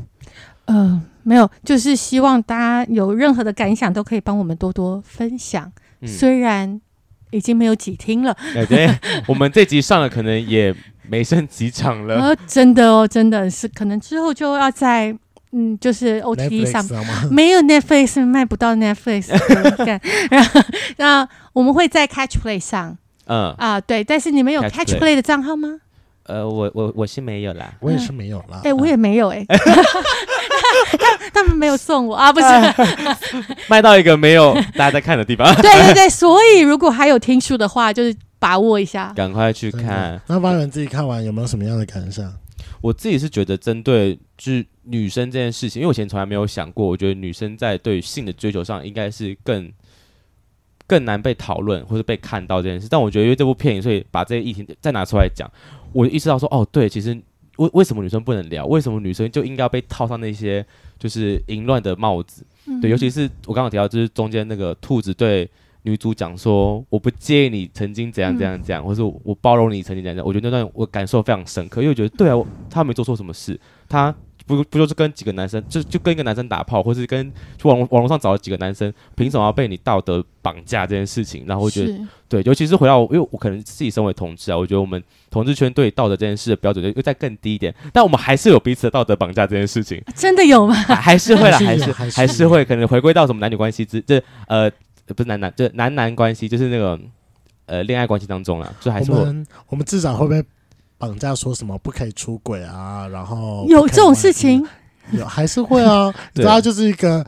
C: 呃，没有，就是希望大家有任何的感想都可以帮我们多多分享，
B: 嗯，
C: 虽然已经没有几听了，
B: 对对， 我们这集上了，可能也没剩几场了。
C: 呃，真的哦，真的是可能之后就要在嗯，就是 OTT
A: Netflix
C: 上
A: 啊知道吗？
C: 没有 Netflix 卖不到 Netflix，的 干然后那我们会在 Catch Play 上
B: 嗯，
C: 啊、对，但是你们有
B: Catch
C: Catch
B: Play
C: Play 的账号吗？
B: 呃，我我我是没有啦。
A: 我也是没有啦。
B: 啊
A: 啊
C: 哎、我也 没有哎、他他们没有送我啊，不是，
B: 卖到一个没有大家在看的地方，
C: 对对对，所以如果还有听书的话，就是把握一下。
B: 赶快去
A: 真的
B: 看。
A: 那发源自己看完有没有什么样的感想？
B: 我自己是觉得，针对就是女生这件事情，因为我以前从来没有想过，我觉得女生在对于性的追求上，应该是更更难被讨论或者被看到这件事。但我觉得，因为这部片影，所以把这些议题再拿出来讲，我意识到说，哦，对，其实为为什么女生不能聊？为什么女生就应该要被套上那些就是淫乱的帽子？对，尤其是我刚刚提到，就是中间那个兔子对女主讲说：“我不介意你曾经怎样怎样怎样，或是我我包容你曾经怎样怎样。”我觉得那段我感受非常深刻，因为我觉得对啊，我他没做错什么事，他不不就是跟几个男生，就就跟一个男生打炮，或是跟去网网络上找了几个男生，凭什么要被你道德绑架这件事情？然后我觉得
C: 是
B: 对，尤其是回到我，因为我可能自己身为同志啊，我觉得我们同志圈对道德这件事的标准就又再更低一点，但我们还是有彼此的道德绑架这件事 情。
C: 真的有吗？
B: 还还是会啦，
A: 还
B: 还
A: 是
B: 是
A: 有还是
B: 还是
A: 有
B: 会，可能回归到什么男女关系之，这呃不是男男，就是男男关系，就是那个呃恋爱关系当中啦，就还是
A: 我
B: 会
A: 们我们至少会被绑架说什么不可以出轨啊，然
B: 哦
A: 后
C: 有
A: 不可以
C: 这种
A: 玩
C: 事情，
A: 有还是会 啊，你
B: 对
A: 知道，就是一个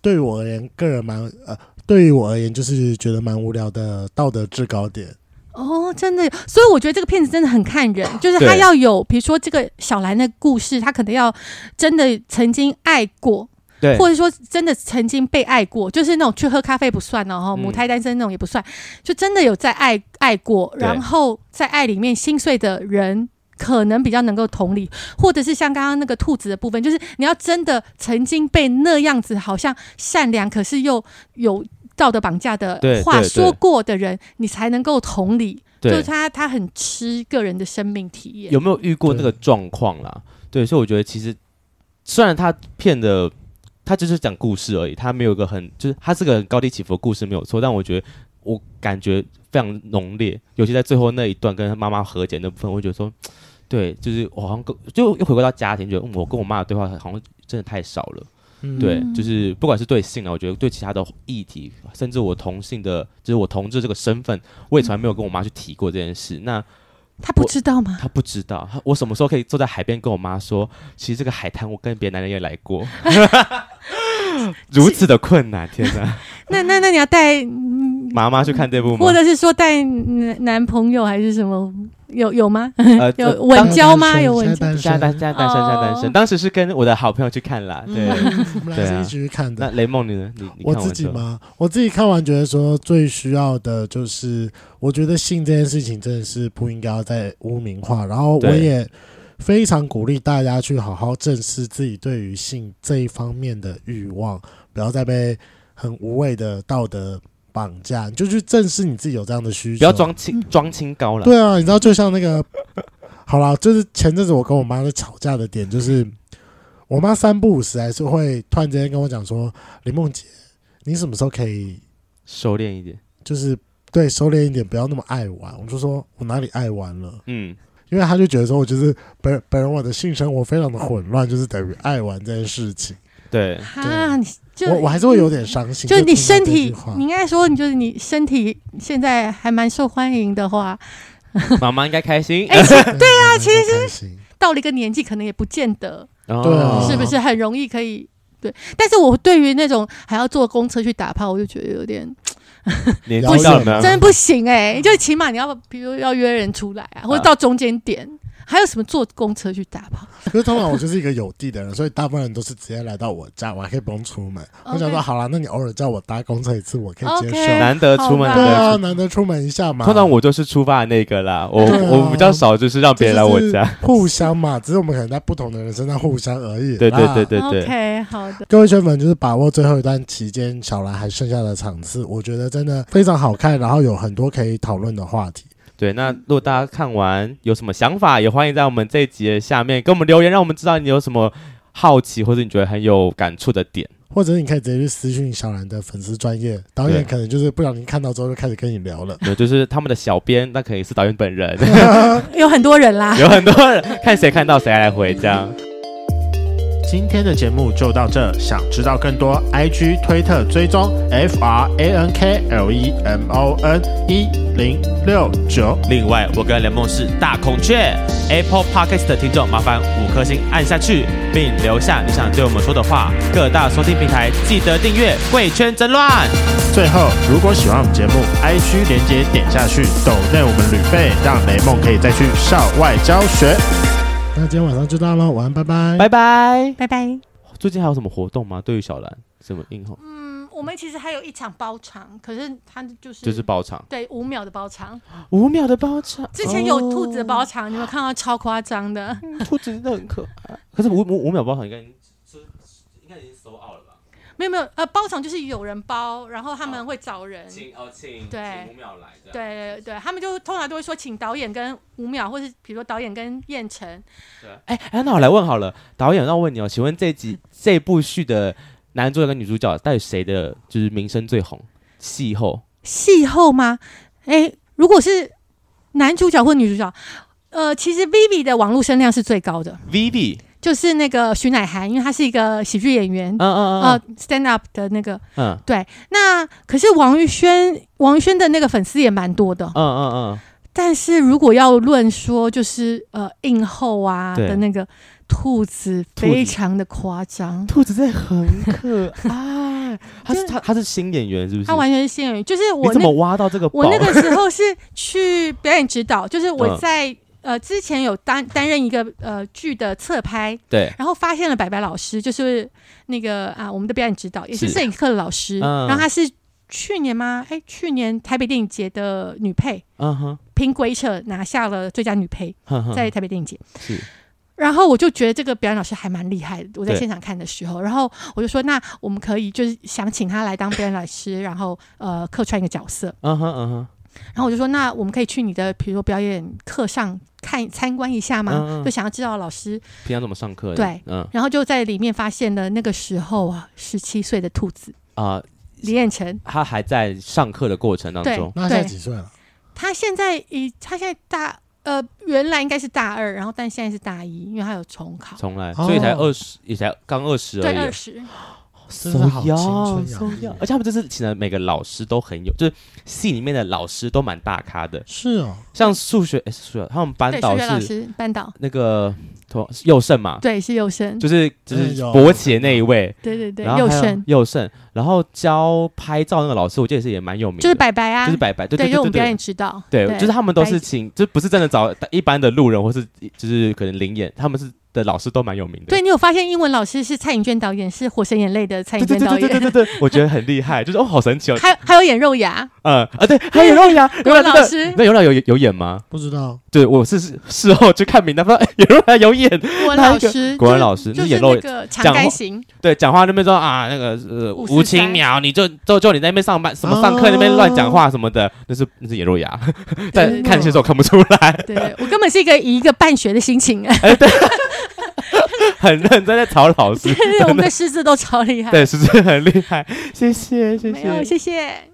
A: 对于我而言，个人蛮呃，对于我而言，就是觉得蛮无聊的道德制高点。
C: 哦，真的有，所以我觉得这个片子真的很看人，就是他
B: 对
C: 要有，比如说这个小兰的故事，他可能要真的曾经爱过，
B: 对
C: 或者说真的曾经被爱过，就是那种去喝咖啡不算哦，哈，
B: 嗯
C: 母胎单身那种也不算，就真的有在爱爱过，
B: 对
C: 然后在爱里面心碎的人。可能比较能够同理，或者是像刚刚那个兔子的部分，就是你要真的曾经被那样子好像善良，可是又有道德绑架的
B: 对
C: 话
B: 对对
C: 说过的人，你才能够同理。就是
B: 对，
C: 他他很吃个人的生命体验。
B: 有没有遇过那个状况啦？对，所以我觉得其实虽然他骗的。他就是讲故事而已，他没有一个很，就是他是个很高低起伏的故事没有错，但我觉得我感觉非常浓烈，尤其在最后那一段跟妈妈和解那部分，我会觉得说，对，就是我好像跟就又回归到家庭，觉得、嗯、我跟我妈的对话好像真的太少了。
A: 嗯
B: 对
C: 嗯，
B: 就是不管是对性啊，我觉得对其他的议题，甚至我同性的，就是我同志这个身份，我也从来没有跟我妈去提过这件事。那
C: 他不知道吗？
B: 她不知道，她我什么时候可以坐在海边跟我妈说，其实这个海滩我跟别的男人也来过。如此的困难，天哪！
C: 那那那你要带嗯
B: 妈妈去看这部吗
C: 或？者是说带男男朋友还是什么？有有吗？
B: 呃，
C: 有
B: 这
C: 稳交吗？有
A: 现在
C: 稳交？
A: 单
B: 现在
A: 身，
B: 单现在单身，现在单身。
C: 哦
B: 当时是跟我的好朋友去看啦。对，
A: 嗯我们
B: 对
A: 俩是
B: 啊
A: 一起去看的
B: 那。雷梦你呢？你你
A: 我
B: 看完
A: 自己
B: 之后？
A: 吗？我自己看完觉得说最需要的就是，我觉得性这件事情真的是不应该要再污名化。然后我
B: 对
A: 也非常鼓励大家去好好正视自己对于性这一方面的欲望，不要再被很无谓的道德绑架，你就去正视你自己有这样的需求，
B: 不要装清
C: 嗯
B: 装清高了。
A: 对啊，你知道，就像那个， 好啦，就是前阵子我跟我妈在吵架的点，就是我妈三不五时还是会突然之间跟我讲说：“林梦姐，你什么时候可以
B: 收敛一点。
A: 就是对收敛一点，不要那么爱玩？”我就说：“我哪里爱玩了？”
B: 嗯，
A: 因为她就觉得说我就是本本人我的性生活非常的混乱，就是等于爱玩这件事情，
B: 对，
C: 哈，啊你就
A: 我我还是会有点伤心。
C: 就你
A: 听到
C: 身
A: 这
C: 体
A: 句话，
C: 你应该说，你就是你身体现在还蛮受欢迎的话，
B: 妈妈应该开心。
C: 哎、其
A: 对啊，其实
C: 到了一个年纪，可能也不见得，
A: 对啊
B: 哦，
C: 是不是很容易可以对？但是我对于那种还要坐公车去打炮，我就觉得有点
B: 年
A: 不
B: 纪
A: 行
B: 到了没有？
C: 真不行哎、就起码你要比如要约人出来啊，或者到中间点，还有什么坐公车去打炮？
A: 可是通常我就是一个有地的人，所以大部分人都是直接来到我家，我还可以不用出门。我想说，好啦，那你偶尔叫我搭公车一次，我可以接受。
C: OK
B: 难得出门
C: 好吧
A: 对啊，
B: 的。
A: 难得出门一下嘛。
B: 通常我就是出发的那个啦，我
A: 对啊
B: 我比较少，就是让别人来我家。
A: 互相嘛，只是我们可能在不同的人身上互相而已。
B: 对对对。对对，
C: OK，好的，
A: 各位圈粉就是把握最后一段期间小兰还剩下的场次，我觉得真的非常好看，然后有很多可以讨论的话题。
B: 对。那如果大家看完有什么想法，也欢迎在我们这一集的下面跟我们留言，让我们知道你有什么好奇或者你觉得很有感触的点。
A: 或者你可以直接去私讯小兰的粉丝专业，导演
B: 对
A: 可能就是不小心看到之后就开始跟你聊了。
B: 对，就是他们的小编，那可以是导演本人，
C: 有很多人啦，
B: 有很多人看谁看到谁来回这样。
A: 今天的节目就到这，想知道更多，IG、推特追踪 F R A N K L E M O N 一零六九。
B: 另外，我跟雷梦是大孔雀 Apple Podcast 的听众，麻烦五颗星按下去，并留下你想对我们说的话。各大收听平台记得订阅《贵圈争乱》。
A: 最后，如果喜欢我们节目，IG 连接点下去，抖内我们旅费，让雷梦可以再去校外教学。那今天晚上就到喽，晚安，拜拜。
B: 拜拜。
C: 拜拜。
B: 哦最近还有什么活动吗？对于小兰什么应吼，
C: 嗯，我们其实还有一场包场，可是它就是
B: 就是包场，
C: 对五秒的包场，
B: 五秒的包场。
C: 之前有兔子的包场，你有没有看到超夸张的？
B: 哦兔子真的很可爱，可是五五五秒包场应该已经应该已经 sold out 了吧？
C: 没有没有，呃，包场就是有人包，然后他们会找人。
B: 请哦请
C: 对
B: 请五秒来这样
C: 对对对，他们就通常都会说请导演跟吴淼，或是比如说导演跟燕城，
B: 哎哎，那我来问好了，导演，让我问你哦，请问这 集这部剧的男主角跟女主角到底谁的就是名声最红？戏后
C: 戏后吗？哎，如果是男主角或女主角，呃，其实 Vivi 的网络声量是最高的，
B: Vivi，
C: 就是那个徐乃涵，因为她是一个喜剧演员
B: 嗯，嗯
C: 呃
B: 嗯
C: ，stand up 的那个。
B: 嗯
C: 那可是王宇轩，王宇轩的那个粉丝也蛮多的
B: 嗯，嗯嗯
C: 但是如果要论说，就是呃映后啊
B: 对
C: 的那个兔子，
B: 兔子
C: 非常的夸 张
B: 嗯，。兔子真的很可爱，他是他他是新演员是不是？
C: 他完全是新演员，就是
B: 啊你
C: 我
B: 怎
C: 那
B: 么挖到这个宝？
C: 我那个 时候是去表演指导，就是我
B: 嗯
C: 在、呃之前有担担任一个呃剧的侧拍，
B: 对，
C: 然后发现了白白老师，就是那个啊我们的表演指导，也是
B: 是
C: 摄影课的老师，
B: 嗯
C: 然后他是去年吗？哎，去年台北电影节的女配。
B: 嗯哼，嗯
C: 凭鬼扯拿下了最佳女配，
B: 哼哼
C: 在台北电影节。
B: 是
C: 然后我就觉得这个表演老师还蛮厉害的，我在
B: 对
C: 现场看的时候，然后我就说，那我们可以就是想请他来当表演老师，然后呃客串一个角色。
B: 嗯哼嗯哼，
C: 然后我就说，那我们可以去你的，比如说表演课上看参观一下吗？
B: 嗯嗯
C: 就想要知道老师，
B: 平常怎么上课的？
C: 对
B: 嗯
C: 然后就在里面发现了那个时候啊，十七岁的兔子
B: 啊，
C: 李彦辰，
B: 他还在上课的过程当
C: 对
B: 中，
A: 那现在几岁了？
C: 他现在已他现在大呃原来应该是大二，然后但
B: 啊
C: 现在是大一，因为他有重考，
B: 从来，
A: 哦
B: 所以才二十，也才刚二十而
C: 对
B: 已啊
C: 二，十，
A: 真的好青春
B: 手
A: 洋
B: 摇
A: 溢
B: 啊而且他们这次请的每个老师都很有，就是系里面的老师都蛮大咖的，
A: 是哦，
B: 像数学，诶是数学他们班
C: 对，
B: 导
C: 数学老
B: 是
C: 师班导，
B: 那个同佑胜嘛，
C: 对，是佑生，
B: 就是就是
A: 嗯有
B: 博姐那一位，
C: 对对对，
B: 然后
C: 佑
B: 还有
C: 生
B: 佑胜，然后教拍照那个老师，我记得是也蛮有名的，
C: 就是白白啊，
B: 就是白白，对
C: 对，就是
B: 对
C: 我们表演
B: 对。
C: 指导，
B: 对，就是他们都
C: 白
B: 是请，就不是真的找一般的路人，或是就是可能灵眼，他们是的老师都蛮有名的。
C: 对你有发现英文老师是蔡颖娟导演，是《火神眼泪》的蔡颖
B: 对对
C: 娟导
B: 对对对
C: 演，
B: 对对对，我觉得很厉 害，就是哦，好神奇哦，
C: 还还有演肉芽，
B: 嗯啊，对，还有尤 雅，尤
C: 国
B: 雅
C: 文
B: 真
C: 老
B: 的，
C: 师，
B: 那尤雅有有演吗？
A: 不知道
B: 对，我是事事后去看名单，发现哎 尤雅有演。
C: 国文
B: 那
C: 老
B: 一个
C: 师，
B: 国文
C: 就
B: 老师那
C: 就是
B: 演
C: 那
B: 肉
C: 个
B: 讲
C: 长干
B: 话
C: 型，
B: 对，讲话那边说啊，那个呃
C: 五四
B: 吴青
C: 三哦
B: 苗，你就就就你在那边上班，什么上课那边乱讲话什么的，那是那是野肉牙， 但
C: 对
B: 看戏的时候看不出来，
C: 对对我根本是一个以一个办学的心情 啊，
B: 很认真在吵老师，
C: 我们的师资都超厉害，
B: 对，是不是很厉害？谢谢谢
C: 没有，
B: 谢。
C: 谢谢。